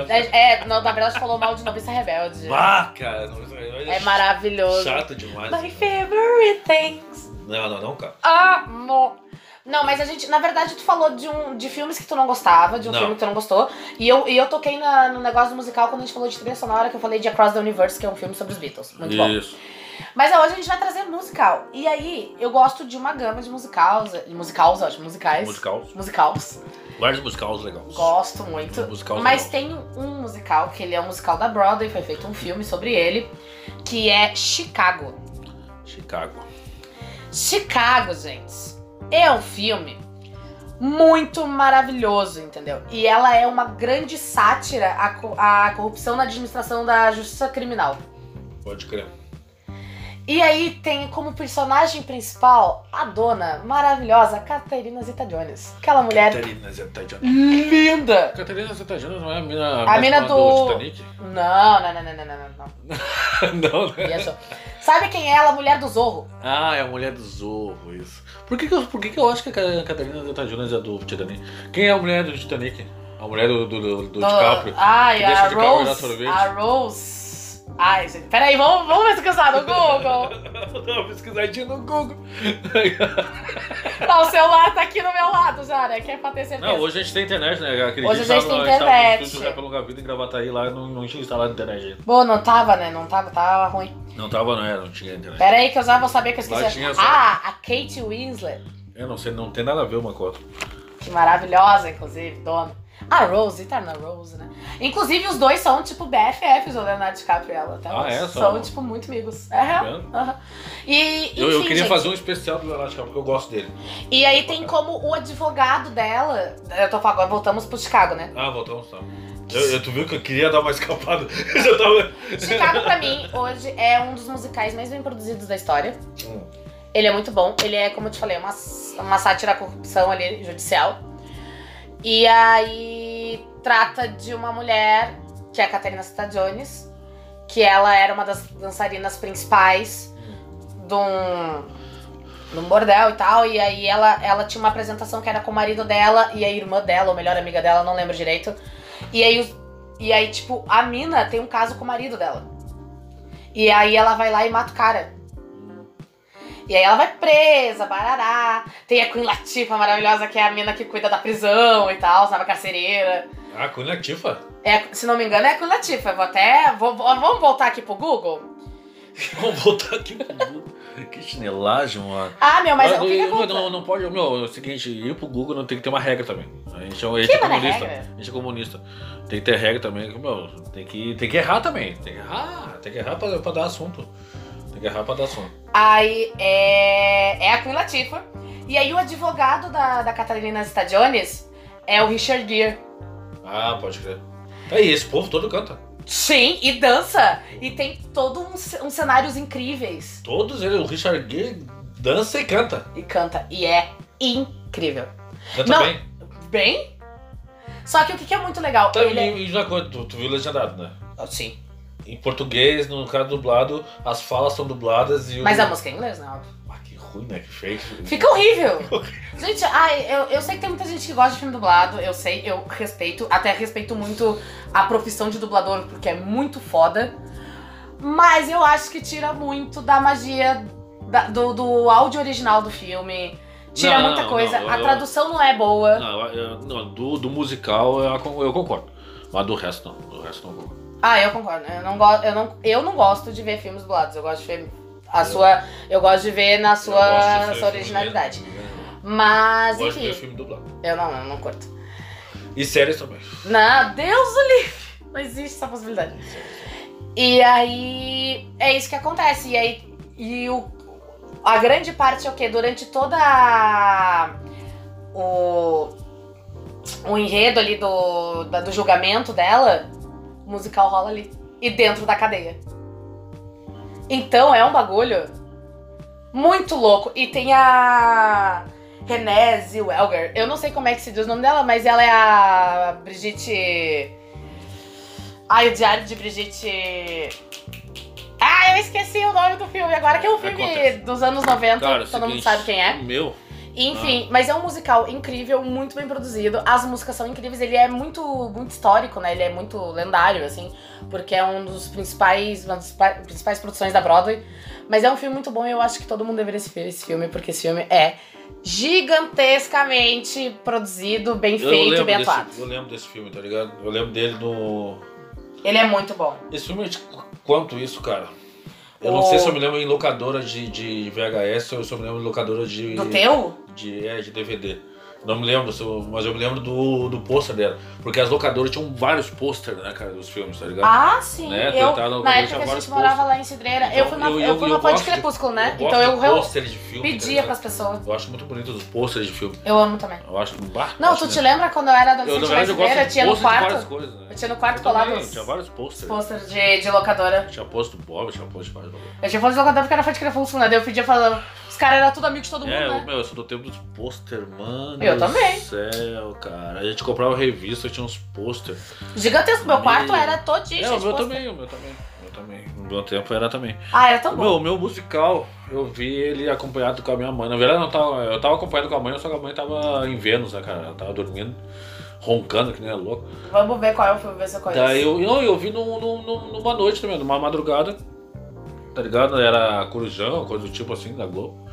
A: É.
B: é, não, na verdade, falou mal de Noviça Rebelde.
A: Bah, cara. não- não-
B: É maravilhoso.
A: Chato demais. né?
B: My favorite things.
A: Não, é não, não, cara.
B: amo. Não, mas a gente, na verdade, tu falou de, um, de filmes que tu não gostava, de um
A: Não.
B: filme que tu não gostou. E eu, e eu toquei na- no negócio do musical quando a gente falou de trilha sonora, que eu falei de Across the Universe, que é um filme sobre os Beatles. Muito bom.
A: Isso.
B: Mas hoje a gente vai trazer musical. E aí, eu gosto de uma gama de musicals, musicals, ótimo, musicais.
A: Musical.
B: Musicals.
A: Vários musicais legais.
B: Gosto muito.
A: Musical legal.
B: Mas tem um musical, que ele é um musical da Broadway, foi feito um filme sobre ele, que é Chicago.
A: Chicago.
B: Chicago, gente, é um filme muito maravilhoso, entendeu? E ela é uma grande sátira à, co- à corrupção na administração da justiça criminal.
A: Pode crer.
B: E aí tem como personagem principal a dona maravilhosa Caterina Zeta-Jones. Aquela mulher
A: Catarina Zeta-Jones.
B: linda.
A: Catarina Zeta-Jones não é a mina,
B: A mina
A: do...
B: do-
A: Titanic?
B: Não, não, não, não, não, não, não. não.
A: não, né?
B: Viajou. Sabe quem é ela? A mulher do Zorro.
A: Ah, é a mulher do Zorro, isso. Por que que eu, por que que eu acho que a Catarina Zeta-Jones é do Titanic? Quem é a mulher do Ah. Titanic? A mulher do, do, do, do DiCaprio.
B: Ai,
A: Que deixa
B: Ah, a
A: o DiCaprio virar
B: Rose.
A: sorvete.
B: A Rose. Ai, gente, peraí, vamos, vamos pesquisar no Google.
A: Dá uma pesquisadinha no Google.
B: Não, o celular tá aqui no meu lado já, né? Que é pra ter certeza.
A: Não, hoje a gente tem internet, né? Aquele
B: Hoje
A: dia
B: a gente
A: tava-
B: tem
A: tava no
B: internet.
A: estúdio Rap Longa Vida em Gravataí lá, não, não tinha instalado internet ainda.
B: Bom, não tava, né? Não tava, tava ruim.
A: Não tava, não era, não tinha internet.
B: Pera aí que eu já vou saber que eu
A: Lá
B: esqueci.
A: tinha só-
B: Ah, a Kate Winslet,
A: Eu não sei, não tem nada a tá ver uma cota.
B: que maravilhosa, inclusive, dona. A Rose, tá na Rose, né? Inclusive, os dois são, tipo, BFFs, o Leonardo DiCaprio e ela, tá?
A: Ah, é? São-
B: São, tipo, muito amigos. É,
A: Tá
B: real.
A: vendo?
B: Aham. E, enfim,
A: Eu, eu queria
B: gente,
A: fazer um especial do Leonardo DiCaprio, porque eu gosto dele.
B: E aí tem como o advogado dela. Eu tô falando, agora voltamos pro Chicago, né?
A: Ah, voltamos, tá. Eu, eu- tu viu que eu queria dar uma escapada? Eu já tava.
B: Chicago, pra mim, hoje é um dos musicais mais bem produzidos da história.
A: Hum.
B: Ele é muito bom. Ele é, como eu te falei, uma, uma sátira à corrupção ali, judicial. E aí trata de uma mulher, que é a Catarina Cita Jones, que ela era uma das dançarinas principais de um, de um bordel e tal. E aí ela, ela tinha uma apresentação que era com o marido dela e a irmã dela, ou melhor, amiga dela, não lembro direito. E aí, os- e aí, tipo, a mina tem um caso com o marido dela. E aí ela vai lá e mata o cara. E aí ela vai presa, barará. Tem a Queen Latifa maravilhosa, que é a mina que cuida da prisão e tal, sabe? A carcereira.
A: Ah, Cunha Latifa?
B: É, se não me engano, é a Queen Latifa. Vou até... vou- vou- vamos voltar aqui pro Google?
A: Vamos voltar aqui pro Google. Que chinelagem, mano.
B: Ah, meu, mas
A: Ah,
B: o que que
A: eu-
B: acontece?
A: não, não pode. Meu, é o seguinte, ir pro Google não tem que ter uma regra também. A gente é, a gente
B: Que
A: é
B: mano, é
A: comunista.
B: regra?
A: A gente é comunista. Tem que ter regra também. que, Meu, tem, que, tem que errar também. Tem que errar. Tem que errar pra, pra dar assunto. Tem que errar pra dar assunto.
B: Aí é, é a Queen Latifah. E aí o advogado da, da Catarina Stadiones é o Richard Gere.
A: Ah, pode crer. Tá aí, esse povo todo canta.
B: Sim, e dança. E tem todo um, ce- uns cenários incríveis.
A: Todos eles, o Richard Gere dança e canta.
B: E canta. E é incrível.
A: Canta
B: Não,
A: bem.
B: Bem? Só que o que, que é muito legal?
A: Tá,
B: ele é...
A: e, e uma coisa, tu, tu viu legendado, né?
B: Sim.
A: Em português, no cara dublado, as falas são dubladas e o.
B: Mas a música é em inglês, não.
A: Ah, que ruim, né? Que feio.
B: Fica horrível. gente, ai, eu, eu sei que tem muita gente que gosta de filme dublado. Eu sei, eu respeito. Até respeito muito a profissão de dublador, porque é muito foda. Mas eu acho que tira muito da magia da- do, do áudio original do filme. Tira
A: Não, não,
B: muita
A: não,
B: coisa.
A: não,
B: a
A: eu-
B: tradução não é boa.
A: Não, eu- eu- não, do, do musical eu, acon- eu concordo. Mas do resto não. Do resto não concordo.
B: Ah, eu concordo. Eu não, go eu, não, eu não gosto de ver filmes dublados. Eu gosto de ver a
A: Eu-
B: sua. Eu gosto de ver na
A: Eu gosto de
B: sua,
A: ver
B: sua
A: filme
B: originalidade.
A: dublado.
B: Mas,
A: Gosto de ver
B: enfim,
A: filme dublado.
B: eu não, eu não curto.
A: E séries também.
B: Não, Deus do livre! Não existe essa possibilidade.
A: E séries.
B: E aí é isso que acontece. E aí e o, a grande parte é o quê? Durante toda a- o, o enredo ali do, da- do julgamento dela, o musical rola ali. E dentro da cadeia. Então é um bagulho muito louco. E tem a Renese Welger. Eu não sei como é que se diz o nome dela, mas ela é a Brigitte. Ai, o Diário de Brigitte. Ah, eu esqueci o nome do filme. Agora que é um filme
A: Acontece.
B: dos anos 90,
A: Cara,
B: todo
A: seguinte,
B: mundo sabe quem é.
A: o Meu.
B: Enfim,
A: Ah.
B: mas é um musical incrível, muito bem produzido. As músicas são incríveis, ele é muito, muito histórico, né? Ele é muito lendário, assim, porque é um dos principais, uma das pri- principais produções da Broadway. Mas é um filme muito bom e eu acho que todo mundo deveria se ver esse filme, porque esse filme é gigantescamente produzido, bem feito e
A: lembro
B: bem
A: desse-
B: atuado.
A: eu lembro desse filme, tá ligado? Eu lembro dele no.
B: Ele é muito bom.
A: Esse filme é de qu- quanto isso, cara? Eu não
B: O-
A: sei se eu me lembro em locadora de, de VHS ou se eu me lembro em locadora de.
B: Do teu?
A: de, é, de DVD. Não me lembro, se eu- mas eu me lembro do, do pôster dela. Porque as locadoras tinham vários pôster, né, cara, dos filmes, tá ligado?
B: Ah, sim.
A: Né,
B: eu,
A: tentar não
B: na
A: deixar
B: época que a
A: vários
B: gente morava lá em Cidreira, eu fui uma, eu, fui uma fã de
A: gosto
B: Crepúsculo, né?
A: eu
B: então eu,
A: gosto de
B: eu
A: pôster de filme. tá
B: pedia
A: ligado?
B: pras pessoas.
A: Eu acho muito bonito os pôsteres de filme.
B: Eu amo também.
A: Eu acho. um Bah,
B: Não,
A: acho
B: tu te
A: lindo.
B: lembra quando eu
A: né?
B: era
A: Eu, na
B: adolescente
A: verdade, eu gosto
B: brasileira? Eu
A: de
B: tinha no
A: pôster de várias
B: quarto.
A: coisas, né?
B: Eu tinha no quarto
A: Eu também,
B: colado os
A: Tinha vários pôsteres.
B: pôster de, de locadora.
A: Tinha pôster do Bob, tinha pôster de vários bagulho.
B: Eu tinha pôster de locadora porque era fã de Crepúsculo, né? Daí eu pedia falando. Os caras eram tudo amigo de todo mundo,
A: É, eu-
B: né?
A: meu, eu sou do tempo dos pôster, mano.
B: Eu também.
A: Do céu, cara. A gente comprava revista, tinha uns pôster.
B: Gigantesco. Meu quarto
A: Meu.
B: era todinho,
A: É,
B: cheio
A: o
B: de
A: meu
B: pôster.
A: também, o meu também. O meu também. No meu tempo era também.
B: Ah, era
A: O
B: tão bom.
A: meu, o meu musical, eu vi ele acompanhado com a minha mãe. Na verdade, eu não tava, eu tava acompanhado com a mãe, só que a mãe tava em Vênus, né, cara? Ela tava dormindo. roncando, que nem é louco.
B: Vamos ver qual é o filme, ver se eu conheço.
A: Daí eu, não, eu vi num- num- num- numa noite também, numa madrugada, tá ligado? Era Corujão, coisa do tipo assim, da Globo.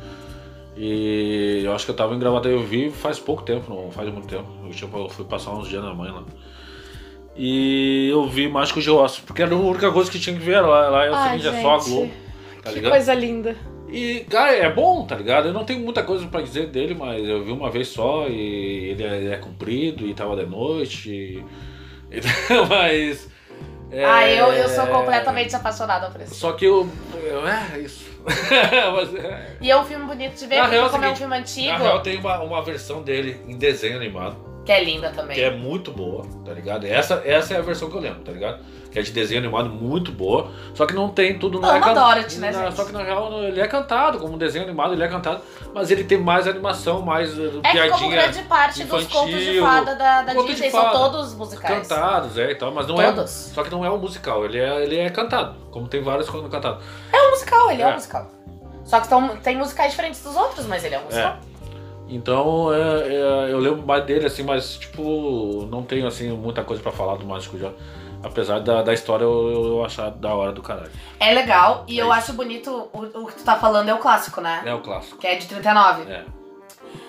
A: E eu acho que eu tava em gravata, eu vi faz pouco tempo, não faz muito tempo. Eu, tipo, eu fui passar uns dias na mãe lá. E eu vi Mágico de Oz, porque era a única coisa que tinha que ver lá. Lá é o
B: Ai,
A: seguinte, é só a
B: Ah, gente,
A: Globo. Tá
B: que
A: ligado?
B: coisa linda.
A: E, cara, é bom, tá ligado? Eu não tenho muita coisa pra dizer dele, mas eu vi uma vez só e ele é, ele é comprido e tava de noite. e- e- mas. é-
B: Ah, eu, eu sou completamente apaixonada por esse.
A: Só que eu. eu- é isso. mas, é,
B: E é um filme bonito de ver,
A: Na
B: porque
A: real é o
B: como é um
A: seguinte,
B: filme
A: na
B: antigo,
A: real, tem uma, uma versão dele em desenho animado,
B: que é linda também.
A: que é muito boa, tá ligado? Essa, essa é a versão que eu lembro, tá ligado? Que é de desenho animado muito boa. Só que não tem tudo
B: Ama
A: na can-
B: Dorothy, né,
A: na-
B: gente?
A: Só que na real não- ele é cantado, como um desenho animado, ele é cantado, mas ele tem mais animação, mais eh,
B: É que como
A: piadinha.
B: grande parte dos
A: infantil,
B: contos de fada da, da
A: conto de
B: Disney
A: fada.
B: são todos musicais.
A: cantados, é e tal, mas não é.
B: todos.
A: Só que não é um musical, ele é, ele é cantado, como tem vários quando cantado.
B: É... um musical, ele é,
A: É.
B: um musical. Só que tão- tem musicais diferentes dos outros, mas ele é um musical.
A: Então é- é, eu lembro mais dele, assim, mas tipo, não tenho assim muita coisa pra falar do Mágico já. Apesar da, da história eu, eu achar da hora do caralho.
B: É, legal, e
A: É
B: eu
A: isso.
B: acho bonito, o, o que tu tá falando é o clássico, né?
A: É o clássico.
B: Que é de 39.
A: É.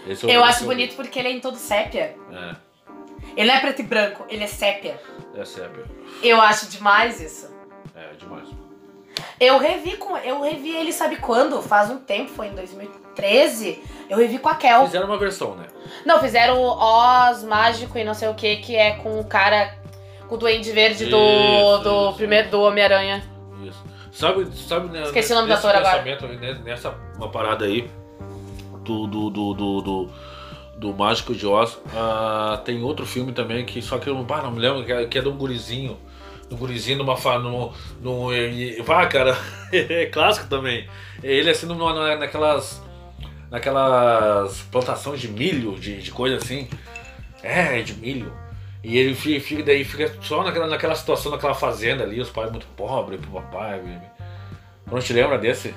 A: Esse
B: Eu acho
A: esse
B: bonito porque ele é em todo sépia.
A: É,
B: Ele não é preto e branco, ele é sépia.
A: é sério.
B: Eu acho demais isso.
A: É demais.
B: Eu revi com. Eu revi ele, sabe quando? Faz um tempo, foi em 2013. Eu revi com a Kel.
A: Fizeram uma versão, né?
B: Não, fizeram o Oz Mágico e não sei o que, que é com o cara. Com o Duende Verde do.
A: Isso,
B: do
A: isso.
B: primeiro do Homem-Aranha.
A: Isso. Sabe, sabe né,
B: Esqueci o nome do
A: nesse
B: ator agora.
A: pensamento, né, Nessa uma parada aí do do, do, do, do- do Mágico de Oz, ah, tem outro filme também que só que eu bah, não me lembro que é, que é de um gurizinho. Do gurizinho numa fa. No, no, e- e- vá, cara, é clássico também. Ele assim numa, na- naquelas. Naquelas plantações de milho, de, de coisa assim. É, de milho. E ele fi- fica, daí fica só naquela, naquela situação, naquela fazenda ali, os pais muito pobres, pro papai. Tu Não te lembra desse?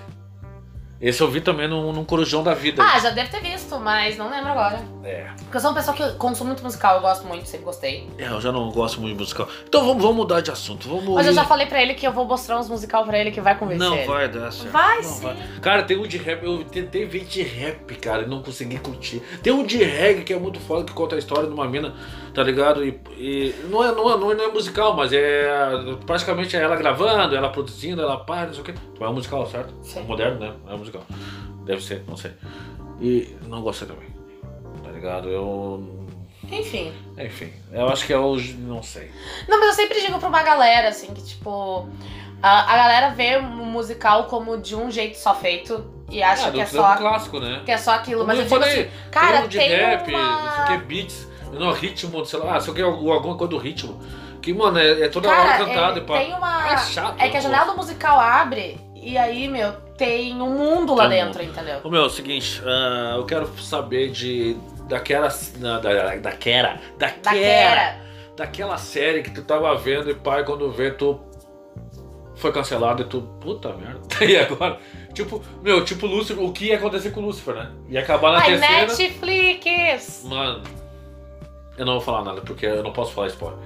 A: Esse eu vi também num, num corujão da vida.
B: Ah, já deve ter visto, mas não lembro agora.
A: É.
B: Porque eu sou uma pessoa que consumo muito musical, eu gosto muito, sempre gostei.
A: É, eu já não gosto muito de musical. Então vamos, vamos mudar de assunto. Vamos
B: Mas eu
A: ir-
B: já falei pra ele que eu vou mostrar uns musical pra ele que vai convencer.
A: Não
B: ele.
A: vai dar certo.
B: Vai
A: Não
B: sim.
A: Cara, tem um de rap, eu tentei ver de rap, cara, e não consegui curtir. Tem um de reggae que é muito foda, que conta a história de uma mina, tá ligado? E, e não, é, não, é, não, é, não é musical, mas é praticamente é ela gravando, ela produzindo, ela para, não sei o quê. Mas é um musical, certo?
B: Sim.
A: É moderno, né? É um musical. Deve ser, não sei. E não gostei também, tá ligado? Eu...
B: Enfim.
A: Enfim, eu acho que é o... não sei.
B: Não, mas eu sempre digo pra uma galera, assim, que tipo. A, a galera vê o musical como de um jeito só feito e acha
A: Ah,
B: que, é
A: do- do
B: só,
A: clássico, né?
B: que é só aquilo. Mas
A: Como eu
B: eu digo
A: falei,
B: assim, cara,
A: de
B: tem
A: rap, não sei o
B: uma.
A: que, beats, não, ritmo, sei lá, sei o que, alguma coisa do ritmo. Que, mano, é, é toda hora
B: Cara,
A: cantado
B: é,
A: e pá.
B: tem uma.
A: É chato.
B: É que a
A: pô.
B: janela do musical abre e aí, meu, tem um mundo lá
A: Tem um
B: dentro, entendeu?
A: Ô, meu, é o seguinte, ah, eu quero saber de. Daquela. na- Da, daquela.
B: Da
A: Daquela.
B: Kera.
A: Daquela série que tu tava vendo e pai, quando vê, tu. Foi cancelado e tu. Puta merda. E agora? Tipo, meu, tipo Lúcifer, o que ia acontecer com o Lúcifer, né? Ia acabar na
B: Ai,
A: terceira.
B: Netflix!
A: Mano, eu não vou falar nada porque eu não posso falar spoiler.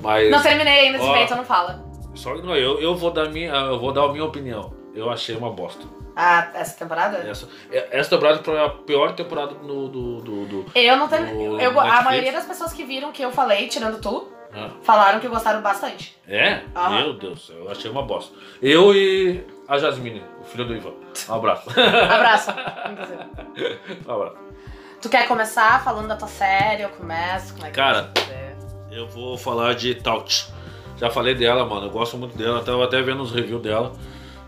A: Mas
B: Não terminei ainda
A: Ó.
B: de feito, não fala.
A: só que não, eu, eu vou dar minha, eu vou dar a minha opinião. Eu achei uma bosta.
B: Ah, essa temporada?
A: Essa, é- essa temporada foi a pior temporada no, do, do, do-
B: Eu não
A: O
B: terminei. Eu, a
A: Netflix?
B: maioria das pessoas que viram que eu falei, tirando tu,
A: Ah,
B: falaram que gostaram bastante.
A: É?
B: Aham.
A: Meu Deus, eu achei uma bosta. Eu e a Jasmine, o filho do Ivan. Um abraço.
B: Abraço.
A: um abraço.
B: tu quer começar falando da tua série? Eu começo? Como é que
A: Cara.
B: eu vou fazer?
A: Eu vou falar de Taut. Já falei dela, mano. Eu gosto muito dela. Eu Tava até vendo os reviews dela.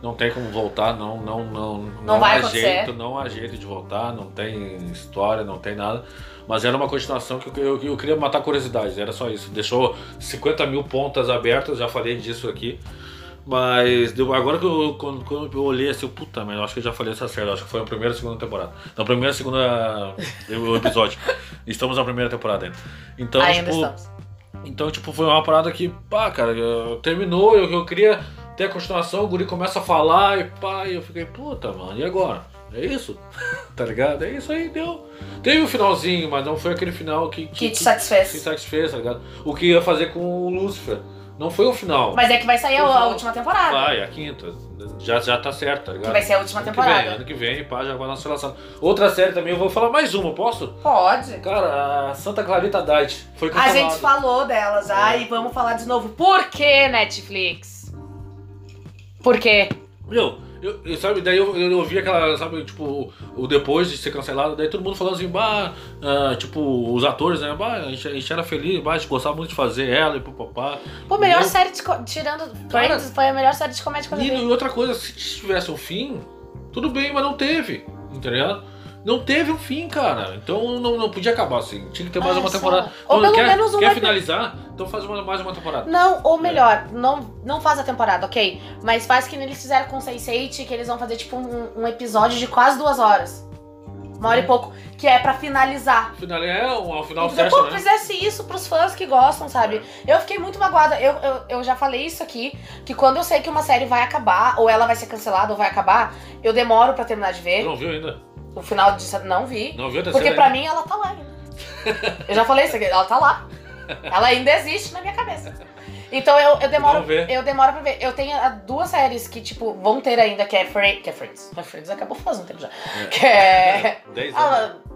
A: Não tem como voltar, não, não, não, não,
B: vai
A: há
B: acontecer.
A: jeito, não há jeito de voltar, não tem história, não tem nada. Mas era uma continuação que eu, eu- eu queria matar curiosidades, era só isso. Deixou 50 mil pontas abertas, já falei disso aqui. Mas deu- agora que eu, quando, quando eu olhei assim, eu, puta merda, eu acho que eu já falei essa série, eu acho que foi a primeira e segunda temporada. Na primeira e segunda o episódio. Estamos na primeira temporada ainda. Então,
B: Ainda
A: tipo,
B: estamos.
A: então, tipo, foi uma parada que, pá, cara, eu- terminou, eu, eu queria ter a continuação, o guri começa a falar e pá, e eu fiquei, puta, mano, e agora? É isso. tá ligado? É isso aí, deu. Teve um finalzinho, mas não foi aquele final que.
B: Que te satisfez.
A: Que te satisfez, tá ligado? O que ia fazer com o Lúcifer. Não foi o final.
B: Mas é que vai sair a, a
A: Exato.
B: última temporada.
A: Vai, a quinta. Já, já tá certo, tá
B: Que
A: ligado?
B: vai ser a última
A: ano Que vem, né?
B: temporada.
A: ano que vem, pá, já vai a nossa relação. Outra série também, eu vou falar mais uma, posso?
B: Pode.
A: Cara, a Santa Clarita Diet foi
B: A
A: cancelada.
B: gente falou dela já
A: É.
B: e vamos falar de novo. Por que Netflix? Por quê?
A: Meu, eu, eu- sabe, daí eu, eu ouvi aquela, sabe, tipo, o depois de ser cancelado, daí todo mundo falando assim, bah, ah, tipo, os atores, né, bah, a gente, a gente era feliz, bah, a gente gostava muito de fazer ela e papapá.
B: Pô, melhor
A: Não.
B: série de. co- Tirando.
A: Cara.
B: Friends foi a melhor série de comédia que eu já
A: E
B: vi.
A: e outra coisa, se tivesse um fim, tudo bem, mas não teve, entendeu? Não teve um fim, cara. Então não, não podia acabar assim. Tinha que ter mais
B: Ah,
A: uma
B: só.
A: temporada.
B: Ou
A: Então,
B: pelo
A: quer,
B: menos uma-
A: Quer finalizar? Então faz uma- mais uma temporada.
B: Não, ou melhor, não, não faz a temporada, ok? Mas faz que nem eles fizeram com Sense8, que eles vão fazer tipo um, um episódio de quase duas horas. Uma hora e pouco, que é pra finalizar.
A: Final, é um final
B: Então, pô,
A: certo, né?
B: fizesse isso pros fãs que gostam, sabe? Eu fiquei muito magoada. Eu, eu, eu já falei isso aqui, que quando eu sei que uma série vai acabar, ou ela vai ser cancelada, ou vai acabar, eu demoro pra terminar de
A: Tu
B: ver.
A: Não viu ainda?
B: O final disso eu não vi.
A: Não viu a terceira?
B: Porque pra
A: ainda?
B: mim ela tá lá ainda. Eu já falei isso aqui, ela tá lá. Ela ainda existe na minha cabeça. Então eu, eu
A: Vamos
B: demoro.
A: ver.
B: Eu demoro pra ver. Eu tenho ah, duas séries que, tipo, vão ter ainda, que é, Fre que é Friends. Mas Friends acabou faz um tempo já. Que é.
A: É, 10 anos.
B: Ah,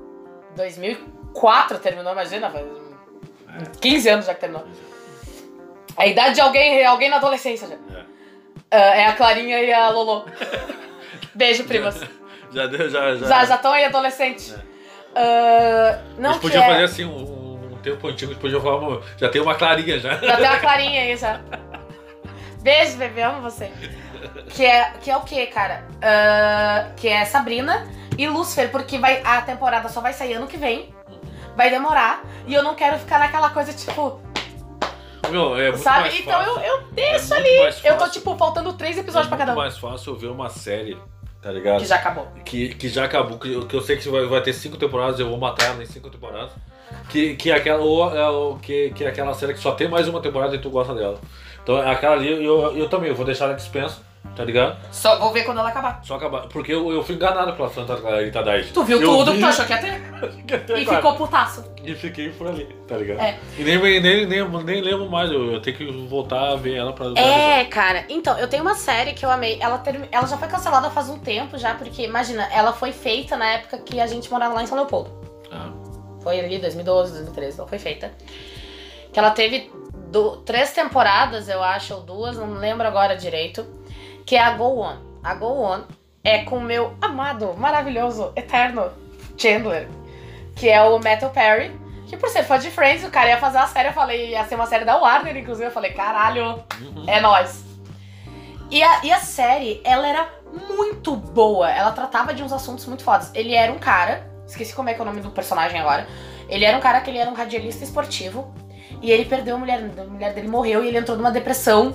B: 2004 terminou, imagina. Faz
A: É.
B: 15 anos já que terminou. A idade de alguém, alguém na adolescência já.
A: É.
B: Ah, é a Clarinha e a Lolo. Beijo, primas.
A: Já deu, já. já.
B: Já estão aí adolescente.
A: É.
B: Ah, não
A: a gente podia
B: que é-
A: fazer assim um, um tempo antigo, a gente podia falar, "Amor, já tem uma clarinha já.
B: Já tem uma clarinha aí já. Beijo, bebê, amo você. Que é, que é o que, cara? Ah, que é Sabrina e Lucifer, porque vai, a temporada só vai sair ano que vem. Vai demorar. E eu não quero ficar naquela coisa, tipo,
A: Meu, é muito
B: sabe?
A: mais
B: Então
A: fácil.
B: eu, eu deixo
A: É muito
B: ali.
A: mais
B: Eu tô,
A: fácil.
B: tipo, faltando três episódios
A: é
B: pra cada
A: muito
B: um.
A: mais fácil eu ver uma série, tá ligado?
B: Que já acabou.
A: que, que já acabou, que, eu- que eu sei que vai, vai ter cinco temporadas, eu vou matar ela em cinco temporadas. Que, que, é aquela, ou, é, o- que, que é aquela série que só tem mais uma temporada e tu gosta dela. Então aquela ali eu, eu também, eu vou deixar ela dispensa, tá ligado?
B: Só vou ver quando ela acabar.
A: Só acabar. Porque eu, eu fui enganado pela Santa Clarita Diet.
B: Tu viu
A: Eu
B: tudo
A: vi-
B: que tu achou que ia ter. E ficou putaço.
A: E fiquei por ali, tá ligado?
B: É.
A: E nem, nem, nem, nem lembro mais, eu, eu tenho que voltar a ver ela pra.
B: É, cara. Então, eu tenho uma série que eu amei. Ela, termi- ela já foi cancelada faz um tempo já, porque, imagina, ela foi feita na época que a gente morava lá em São Leopoldo.
A: Ah,
B: Foi ali 2012, 2013, ela foi feita. Que ela teve do- três temporadas, eu acho, ou duas, não lembro agora direito. Que é a Go On. A Go On é com o meu amado, maravilhoso, eterno Chandler, que é o Metal Perry. Que por ser fã de Friends, o cara ia fazer uma série, eu falei, ia ser uma série da Warner, inclusive, eu falei, caralho,
A: uhum.
B: é nós. E a, e a série, ela era muito boa. Ela tratava de uns assuntos muito fodas. Ele era um cara, esqueci como é que é o nome do personagem agora. Ele era um cara que ele era um radialista esportivo. E ele perdeu a mulher, a mulher dele morreu e ele entrou numa depressão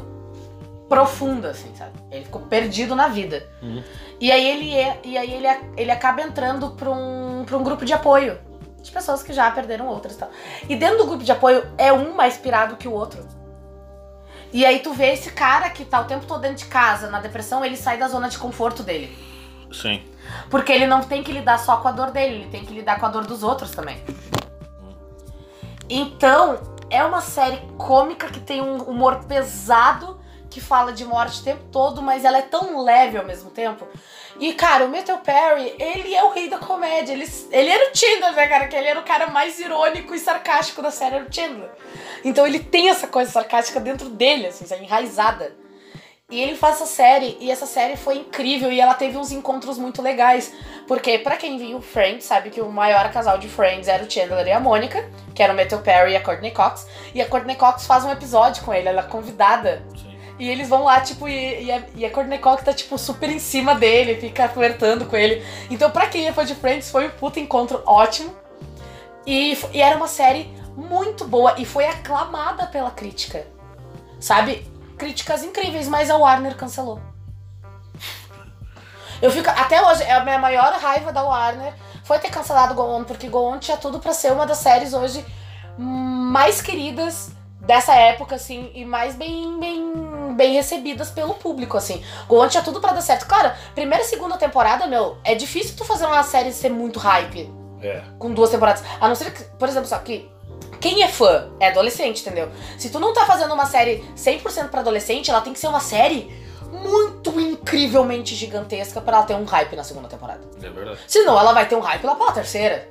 B: profunda, assim, sabe? Ele ficou perdido na vida.
A: Uhum.
B: E aí ele é, e aí ele, a- ele acaba entrando pra um, pra um grupo de apoio. De pessoas que já perderam outras e tal. E dentro do grupo de apoio é um mais pirado que o outro. E aí tu vê esse cara que tá o tempo todo dentro de casa, na depressão, ele sai da zona de conforto dele.
A: Sim.
B: Porque ele não tem que lidar só com a dor dele, ele tem que lidar com a dor dos outros também. Então, é uma série cômica que tem um humor pesado, que fala de morte o tempo todo, mas ela é tão leve ao mesmo tempo. E, cara, o Matthew Perry, ele é o rei da comédia. Ele, ele era o Chandler, né, cara? Que ele era o cara mais irônico e sarcástico da série, era o Chandler. Então ele tem essa coisa sarcástica dentro dele, assim, sabe? enraizada. E ele faz essa série, e essa série foi incrível, e ela teve uns encontros muito legais. Porque, pra quem viu Friends, sabe que o maior casal de Friends era o Chandler e a Mônica, que era o Matthew Perry e a Courtney Cox. E a Courtney Cox faz um episódio com ele, ela é convidada.
A: Sim.
B: E eles vão lá, tipo, e, e a, e a Courtney Cox tá, tipo, super em cima dele, fica flertando com ele. Então, pra quem é fã de Friends, foi um puta encontro ótimo. E, f- e era uma série muito boa e foi aclamada pela crítica. Sabe? Críticas incríveis, mas a Warner cancelou. Eu fico. Até hoje, é a minha maior raiva da Warner foi ter cancelado Go On, porque Go On tinha tudo pra ser uma das séries hoje mais queridas dessa época, assim, e mais bem, bem bem recebidas pelo público, assim. Gohan tinha tudo pra dar certo. Cara, primeira e segunda temporada, meu, é difícil tu fazer uma série ser muito hype
A: É.
B: com duas temporadas. A não ser que, por exemplo, só que quem é fã é adolescente, entendeu? Se tu não tá fazendo uma série 100% pra adolescente, ela tem que ser uma série muito incrivelmente gigantesca pra ela ter um hype na segunda temporada.
A: É verdade.
B: Senão ela vai ter um hype lá pela terceira.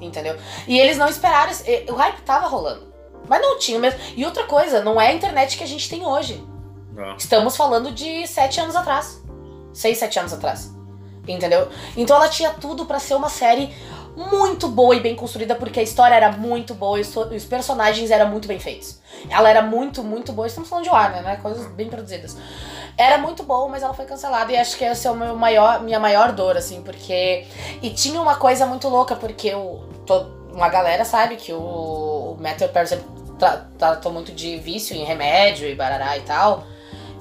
B: Entendeu? E eles não esperaram. esse- e- O hype tava rolando. Mas não tinha mesmo. E outra coisa, não é a internet que a gente tem hoje.
A: Não.
B: Estamos falando de sete anos atrás. Seis, sete anos atrás. Entendeu? Então ela tinha tudo pra ser uma série muito boa e bem construída, porque a história era muito boa e os so- e os personagens eram muito bem feitos. Ela era muito, muito boa. Estamos falando de Warner, né? Coisas bem produzidas. Era muito boa, mas ela foi cancelada e acho que essa é o meu maior, minha maior dor, assim, porque. E tinha uma coisa muito louca, porque o, to- uma galera sabe que o, o Matthew Perry sempre tra- tratou muito de vício em remédio e barará e tal.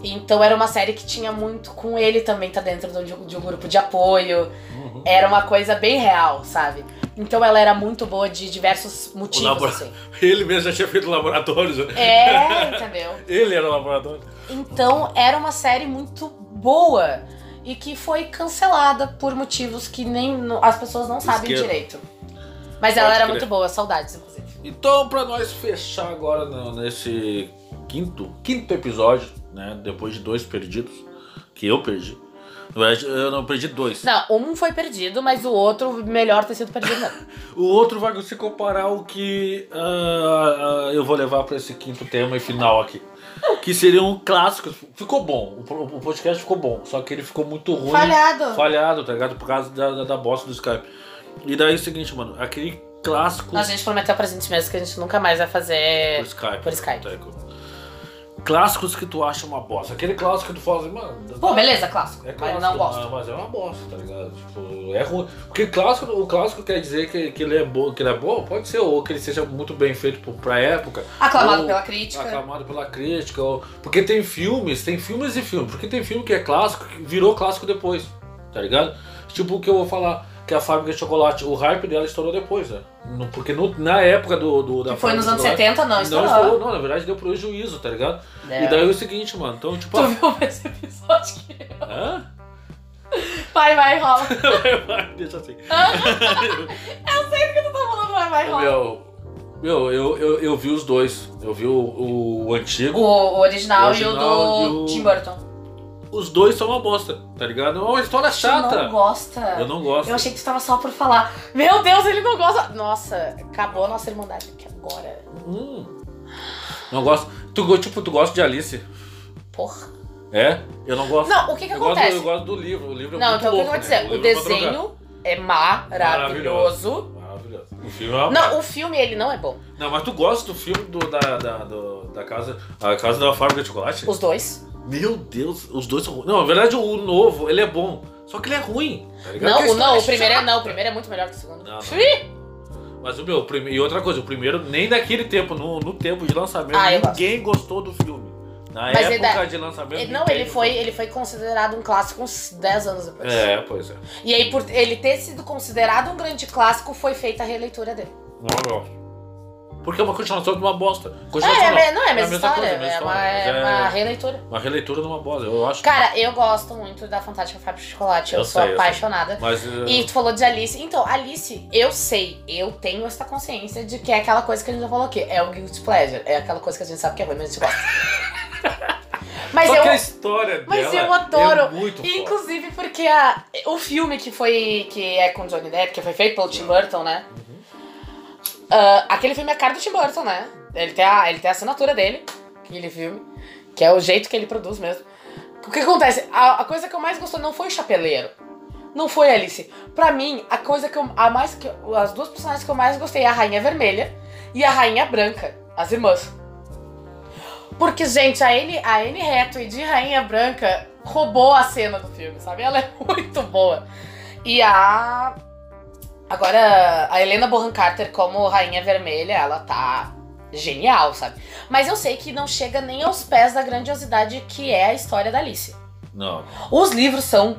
B: Então era uma série que tinha muito com ele também, tá dentro de um, de um grupo de apoio.
A: Uhum.
B: Era uma coisa bem real, sabe? Então ela era muito boa de diversos motivos,
A: namora-
B: assim.
A: Ele mesmo já tinha feito laboratórios, né?
B: É, entendeu?
A: Ele era o laboratório.
B: Então era uma série muito boa e que foi cancelada por motivos que nem no- as pessoas não sabem
A: Esquerda.
B: direito. Mas
A: Pode
B: ela era
A: crer.
B: muito boa, saudades, inclusive.
A: Então, pra nós fechar agora no- nesse quinto, quinto episódio, né? Depois de dois perdidos, que eu perdi. Na verdade, eu não perdi dois.
B: Não, um foi perdido, mas o outro melhor ter sido perdido não.
A: O outro vai se comparar ao que ah, ah, eu vou levar pra esse quinto tema e final aqui. Que seria um clássico. Ficou bom. O pro- o podcast ficou bom. Só que ele ficou muito ruim.
B: Falhado.
A: Falhado, tá ligado? Por causa da, da, da bosta do Skype. E daí é o seguinte, mano. Aquele clássico
B: A gente prometeu pra gente mesmo que a gente nunca mais vai fazer
A: por Skype.
B: É, por Skype.
A: Teco. Clássicos que tu acha uma bosta. Aquele clássico que tu fala assim, mano.
B: Pô, beleza, clássico.
A: É
B: mas
A: clássico,
B: eu não gosto.
A: Mas é uma bosta, tá ligado? Tipo, é ruim. Porque clássico, o clássico quer dizer que, que ele é bom, que ele é bom, pode ser, ou que ele seja muito bem feito pro- pra época.
B: Aclamado
A: ou
B: pela crítica.
A: Aclamado pela crítica. ou- Porque tem filmes, tem filmes e filmes. Porque tem filme que é clássico, que virou clássico depois, tá ligado? Tipo o que eu vou falar, que a fábrica de chocolate, o hype dela estourou depois, né? No- Porque no- na época do, do da
B: Que foi
A: Fábrica
B: nos
A: de
B: anos
A: Chocolate,
B: 70, não,
A: não,
B: estourou.
A: estourou, não, na verdade deu prejuízo, tá ligado?
B: É.
A: E daí é o seguinte, mano, então tipo.
B: Tu viu esse episódio que...
A: Hã?
B: Vai, vai, rola. Ah,
A: Deixa assim.
B: Eu tô falando tá vai, vai, rola.
A: Meu, meu eu, eu, eu vi os dois. Eu vi o, o
B: O,
A: antigo.
B: o original,
A: O original
B: e
A: e
B: o do
A: o-
B: Tim Burton.
A: Os dois são uma bosta, tá ligado? É uma história
B: Tu
A: chata.
B: não gosta.
A: Eu não gosto.
B: Eu achei que tu tava só por falar. Meu Deus, ele não gosta. Nossa, acabou a nossa irmandade aqui agora.
A: Hum. Não gosto. Tu, go- tipo, tu gosta de Alice?
B: Porra.
A: É? Eu não gosto.
B: Não, o que que
A: eu, gosto do,
B: acontece?
A: eu gosto do livro. O livro é
B: não,
A: muito
B: então o que que
A: louco,
B: eu vou dizer?
A: né?
B: o
A: livro é pra drogar.
B: desenho é maravilhoso.
A: Maravilhoso. O filme é uma...
B: Não, o filme, ele não é bom.
A: Não, mas tu gosta do filme do, da, da, do- da casa. A casa da fábrica de chocolate?
B: Os dois.
A: Meu Deus, os dois são ruins. Não, na verdade, o novo, ele é bom. Só que ele é ruim. tá ligado? Porque
B: Não,
A: a
B: o, não,
A: história
B: o primeiro é,
A: chata.
B: não, o primeiro é muito melhor que o segundo.
A: Não, não.
B: Ih!
A: Mas o meu, o prime- e outra coisa, o primeiro, nem daquele tempo, no, no tempo de lançamento,
B: Ah, eu
A: ninguém gostou do filme. Na
B: Mas ele
A: época
B: dá-
A: de lançamento.
B: Ele- não,
A: ninguém
B: ele foi, ele foi considerado um clássico uns 10 anos depois.
A: É, pois é.
B: E aí, por ele ter sido considerado um grande clássico, foi feita a releitura dele.
A: Não, não. Porque é uma continuação de uma bosta.
B: É,
A: Continuação
B: é,
A: não,
B: me- não, é a mesma história.
A: coisa, tipo, a mesma
B: é, uma,
A: história,
B: é
A: mas
B: uma releitura.
A: uma releitura de uma bosta, eu acho.
B: Cara, eu gosto muito da Fantástica Fábrica de Chocolate. Eu,
A: Eu
B: sou
A: sei, eu sei.
B: apaixonada.
A: Mas. eh,
B: E tu falou de Alice. Então, Alice, eu sei, eu tenho essa consciência de que é aquela coisa que a gente já falou aqui. É o guilty pleasure. É aquela coisa que a gente sabe que é ruim, mas a gente gosta. mas
A: Só
B: eu
A: que a história
B: mas
A: dela
B: eu adoro.
A: É muito foda.
B: Inclusive porque a- o filme que foi que é com Johnny Depp, que foi feito pelo Tim Burton, né? Ah, aquele filme é a cara do Tim Burton, né? Ele tem a, ele tem a assinatura dele, aquele filme, que é o jeito que ele produz mesmo. O que acontece? A, a coisa que eu mais gostou não foi o Chapeleiro. Não foi a Alice. Pra mim, a coisa que eu. A mais, que, eu- as duas personagens que eu mais gostei é a Rainha Vermelha e a Rainha Branca, as irmãs. Porque, gente, a Anne, a Anne Hathaway de Rainha Branca roubou a cena do filme, sabe? Ela é muito boa. E a... Agora, a Helena Bonham Carter como Rainha Vermelha, ela tá genial, sabe? Mas eu sei que não chega nem aos pés da grandiosidade que é a história da Alice.
A: Não,
B: Os livros são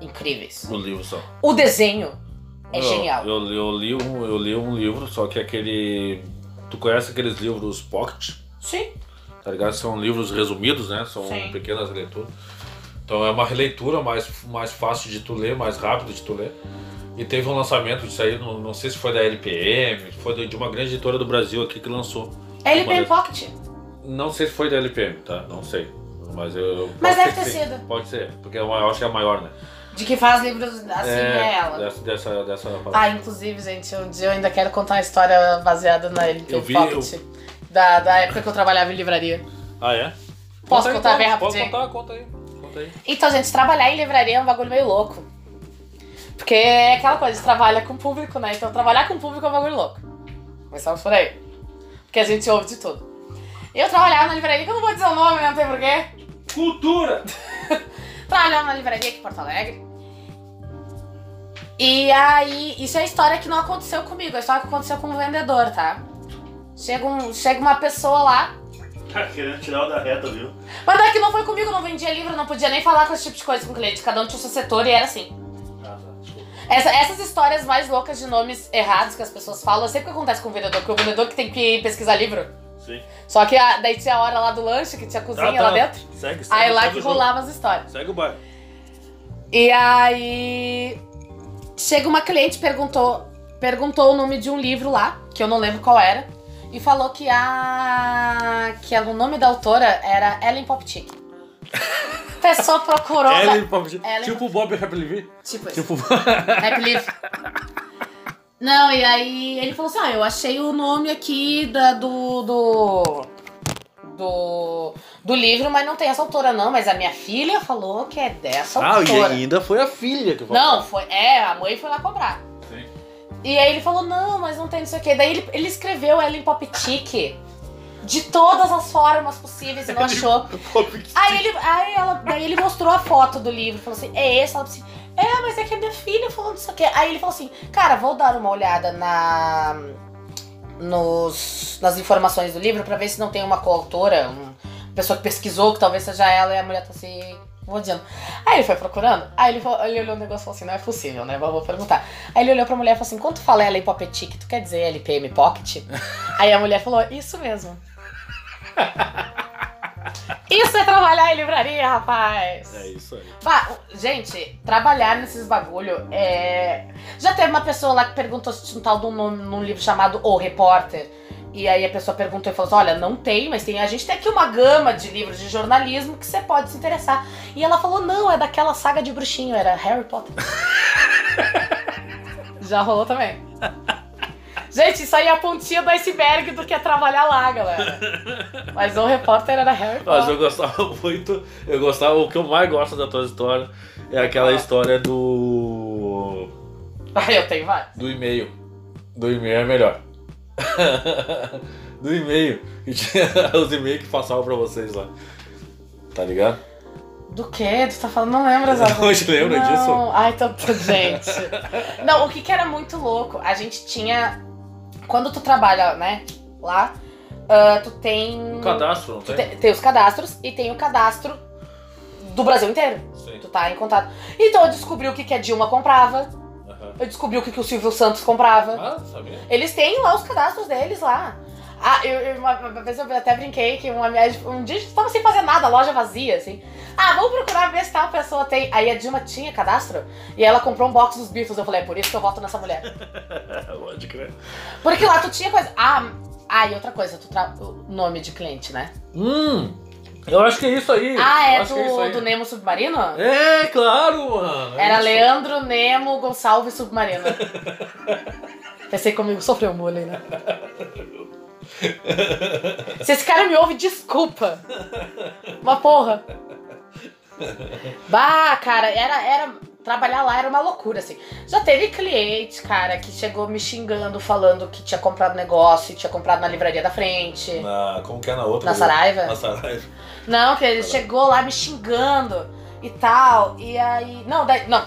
B: incríveis.
A: no livro só.
B: O desenho é
A: Eu-
B: genial.
A: Eu, eu, li um, eu li um livro, só que aquele. Tu conhece aqueles livros pocket?
B: Sim.
A: tá ligado? São livros resumidos, né? São
B: Sim.
A: pequenas leituras. Então é uma releitura mais, mais fácil de tu ler, mais rápido de tu ler. E teve um lançamento disso aí, não, não sei se foi da LPM, foi de- de uma grande editora do Brasil aqui que lançou.
B: LPM é Pocket.
A: Não sei se foi da LPM, tá? Não sei. Mas eu. eu-
B: Mas
A: pode
B: deve
A: ser
B: ter
A: que sim.
B: sido.
A: Pode ser, porque é uma- eu acho que é a maior, né?
B: De que faz livros assim é ela.
A: Dessa, dessa, dessa
B: Ah, inclusive, gente, um dia eu ainda quero contar uma história baseada na LP
A: Eu vi,
B: Pocket. Da, da época que eu trabalhava em livraria.
A: Ah, é?
B: Posso
A: aí,
B: contar
A: então.
B: bem
A: Pode
B: rapidinho?
A: contar, conta aí. Conta aí.
B: Então, gente, trabalhar em livraria é um bagulho meio louco. Porque é aquela coisa, você trabalha com público, né? Então trabalhar com público é um bagulho louco. Começamos por aí. Porque a gente ouve de tudo. Eu trabalhava na livraria, que eu não vou dizer o nome, né? não tem porquê.
A: Cultura!
B: Trabalhava na livraria aqui em Porto Alegre. E aí, isso é história que não aconteceu comigo, é história que aconteceu com um vendedor, tá? Chega, um, chega uma pessoa lá.
C: Tá querendo tirar o da reta, viu?
B: Mas é que não foi comigo, não vendia livro, não podia nem falar com esse tipo de coisa com o cliente. Cada um tinha o seu setor e era assim.
C: Ah, tá, desculpa.
B: Essa- essas histórias mais loucas de nomes errados que as pessoas falam, eu sei o que acontece com o vendedor, porque o vendedor que tem que pesquisar livro.
C: Sim.
B: Só que a- daí tinha a hora lá do lanche, que tinha a cozinha
A: Ah, tá.
B: lá dentro.
C: Segue, segue.
B: Aí lá
C: segue
B: que
C: o jogo.
B: rolava as histórias.
A: Segue o bairro.
B: E aí. Chega uma cliente perguntou perguntou o nome de um livro lá, que eu não lembro qual era, e falou que a. que o nome da autora era Ellen Popchick. Pessoa procurou.
A: Ellen, Pop-
B: Ellen-
A: tipo o Bob Happy
B: Tipo isso.
A: Tipo.
B: Rap Leaf. Não, e aí ele falou assim: ah, eu achei o nome aqui da, do, do. do. do livro, mas não tem essa autora, não. Mas a minha filha falou que é dessa
A: Ah,
B: autora.
A: ainda foi a filha que
B: não, foi. É, a mãe foi lá cobrar.
A: Sim.
B: E aí ele falou: não, mas não tem não sei o quê. Daí ele, ele escreveu Ellen Popchick de todas as formas possíveis e não achou. Aí, ele, aí, ela, daí ele mostrou a foto do livro, falou assim, é esse? Ela disse, é, mas é que é minha filha falando isso aqui. Aí ele falou assim, cara, vou dar uma olhada na, nos, nas informações do livro pra ver se não tem uma coautora, uma pessoa que pesquisou, que talvez seja ela e a mulher tá se odiando. Aí ele foi procurando, aí ele, falou- ele olhou o negócio e falou assim, não é possível, né, vou vou perguntar. Aí ele olhou pra mulher e falou assim, quando tu fala ela em Popetic, tu quer dizer LPM Pocket? aí a mulher falou, isso mesmo. Isso é trabalhar em livraria, rapaz!
A: É isso aí.
B: Bah, gente, trabalhar nesses bagulho é. Já teve uma pessoa lá que perguntou se tinha um tal de um nome num livro chamado O Repórter. E aí a pessoa perguntou e falou assim: olha, não tem, mas tem. A gente tem aqui uma gama de livros de jornalismo que você pode se interessar. E ela falou: não, é daquela saga de bruxinho, era Harry Potter. Já rolou também. Gente, isso aí é a pontinha do iceberg do que é trabalhar lá, galera. Mas o repórter era Harry
A: Mas eu
B: Potter.
A: gostava muito. Eu gostava. O que eu mais gosto da tua história é aquela
B: Ah.
A: história do.
B: Ai, Ah, eu tenho vários.
A: Do e-mail. Do e-mail é melhor. Do e-mail. E tinha os e-mails que passavam pra vocês lá. Tá ligado?
B: Do que? Tu tá falando? Não lembro exatamente.
A: Não te lembra
B: Não.
A: disso?
B: Ai, tanto, gente. Não, o que que era muito louco? A gente tinha. Quando tu trabalha, né? Lá, ah, tu tem.
A: Um cadastro, não
B: tu
A: tem?
B: tem, tem os cadastros e tem o cadastro do Brasil inteiro.
A: Sim.
B: Tu tá em contato. Então eu descobri o que, que a Dilma comprava.
A: Aham.
B: Eu descobri o que, que o Silvio Santos comprava.
A: Ah, sabia?
B: Eles têm lá os cadastros deles lá. Ah, eu, eu- uma, uma vez eu até brinquei que uma, minha- um dia a gente tava sem fazer nada, a loja vazia, assim. Ah, vamos procurar ver se tal pessoa tem. Aí a Dilma tinha cadastro e ela comprou um box dos Beatles. Eu falei, é por isso que eu voto nessa mulher.
A: Pode crer.
B: Porque lá tu tinha coisa. Ah, ah e outra coisa, tu tra... o nome de cliente, né?
A: Hum, eu acho que é isso aí.
B: Ah,
A: Eu
B: é
A: acho que isso
B: do,
A: aí.
B: do Nemo Submarino?
A: É, claro, mano. É
B: Era
A: isso.
B: Leandro Nemo Gonçalves Submarino. Pensei comigo, sofreu um bullying, né? Se esse cara me ouve, desculpa. Uma porra. Bah, cara, era, era. Trabalhar lá era uma loucura, assim. Já teve cliente, cara, que chegou me xingando, falando que tinha comprado negócio, e tinha comprado na livraria da frente.
A: Na, como que é na outra?
B: Na Saraiva?
A: Na Saraiva.
B: Não, que ele chegou lá me xingando e tal. E aí. Não, daí. Não.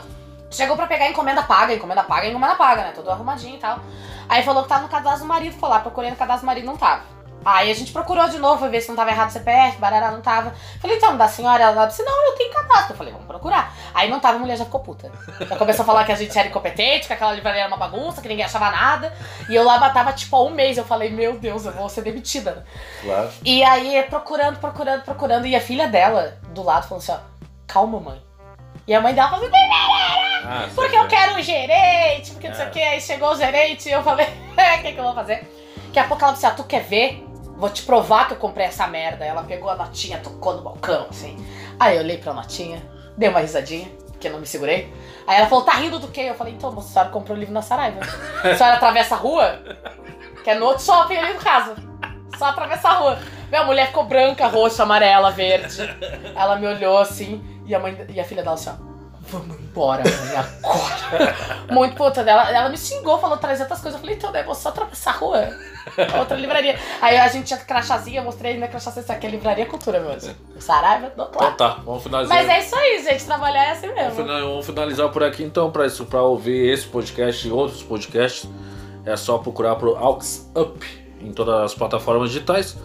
B: Chegou pra pegar encomenda paga, encomenda paga, encomenda paga, né? Tudo arrumadinho e tal. Aí falou que tava no cadastro do marido, foi lá procurando o cadastro do marido, não tava. Aí a gente procurou de novo, foi ver se não tava errado o CPF, barará não tava. Falei, então, da senhora, ela disse, não, eu tenho cadastro. Eu falei, vamos procurar. Aí não tava, a mulher já ficou puta. Já começou a falar que a gente era incompetente, que aquela livraria era uma bagunça, que ninguém achava nada. E eu lá batava, tipo, há um mês. Eu falei, meu Deus, eu vou ser demitida.
A: Claro.
B: E aí, procurando, procurando, procurando. E a filha dela, do lado, falou assim, ó, calma, mãe. E a mãe dela falou assim,
A: Ah, sei,
B: porque
A: sei.
B: eu quero um gerente, porque não sei o
A: É.
B: que. Aí chegou o gerente e eu falei, "É, o que, que eu vou fazer? Daqui a pouco ela disse, ah, tu quer ver? Vou te provar que eu comprei essa merda. Ela pegou a notinha, tocou no balcão, assim. Aí eu olhei pra notinha, dei uma risadinha, porque eu não me segurei. Aí ela falou, tá rindo do quê? Eu falei, então, moça, a senhora comprou o livro na Saraiva. A senhora atravessa a rua, que é no outro shopping ali no caso. Só atravessa a rua. Minha mulher ficou branca, roxa, amarela, verde. Ela me olhou assim, e a, mãe, e a filha dela assim, ó. Vamos embora, mãe, agora. Muito puta dela. Ela me xingou, falou 300 coisas. Eu falei, então, né, vou só atravessar a rua. A Outra livraria. Aí a gente tinha crachazinha, eu mostrei minha crachazinha. Isso aqui é livraria cultura, meu anjo. Saraiva, do outro
A: Então
B: lado.
A: tá, vamos finalizar.
B: Mas é isso aí, gente. Trabalhar é assim
A: Vamos
B: mesmo.
A: fina- Vamos finalizar por aqui então, pra, isso, pra ouvir esse podcast e outros podcasts, é só procurar por Aux Up em todas as plataformas digitais.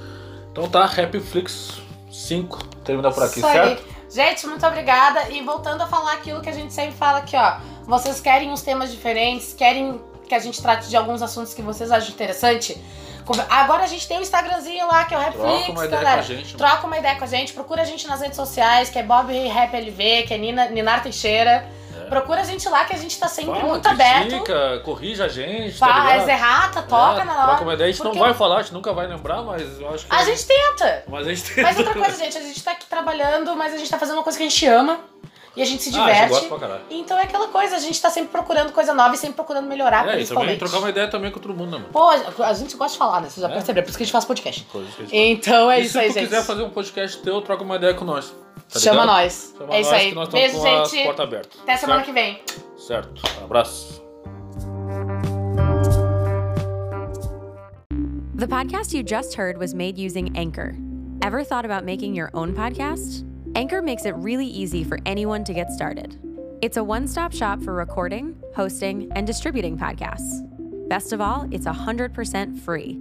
A: Então tá, Happy Flix 5, termina por aqui,
B: Isso aí.
A: certo?
B: Gente, muito obrigada. E voltando a falar aquilo que a gente sempre fala aqui, ó. Vocês querem uns temas diferentes, querem que a gente trate de alguns assuntos que vocês acham interessante? Conver- Agora a gente tem o Instagramzinho lá, que é o
A: Troca uma
B: Reflex,
A: ideia com a
B: galera.
A: gente. mano.
B: Troca uma ideia com a gente, procura a gente nas redes sociais, que é Bob Rap LV, que é Nina, Ninar Teixeira.
A: É.
B: Procura a gente lá, que a gente tá sempre
A: Fala,
B: muito aberto.
A: critica, corrige a gente, tá
B: Faz
A: ligado?
B: errata, toca
A: É,
B: na
A: troca
B: hora.
A: uma ideia, a gente
B: Porque-
A: não vai falar, a gente nunca vai lembrar, mas eu acho que...
B: A gente tenta.
A: Mas a gente
B: Mas outra coisa, gente, a gente tá aqui trabalhando, mas a gente tá fazendo uma coisa que a gente ama e a gente se
A: Ah, a gente
B: diverte.
A: gosta pra caralho.
B: então é aquela coisa, a gente tá sempre procurando coisa nova e sempre procurando melhorar,
A: é, e também
B: principalmente.
A: trocar uma ideia também com todo mundo, né, mano?
B: Pô, a gente gosta de falar, né? Vocês já
A: É.
B: perceberam, por isso que a gente faz podcast.
A: Coisa que a gente-
B: Então é
A: E
B: isso aí,
A: se tu
B: gente.
A: quiser fazer um podcast teu, troca uma ideia com nós. tá
B: Chama
A: ligado?
B: nós.
A: Chama
B: é isso
A: nós
B: aí.
A: que nós estamos
B: Beijo,
A: com as
B: gente.
A: portas abertas.
B: Até semana que vem.
A: vem. Certo. Um Abraço.
D: The podcast you just heard was made using Anchor. Ever thought about making your own podcast? Anchor makes it really easy for anyone to get started. It's a one stop shop for recording, hosting, and distributing podcasts. Best of all, it's 100% free.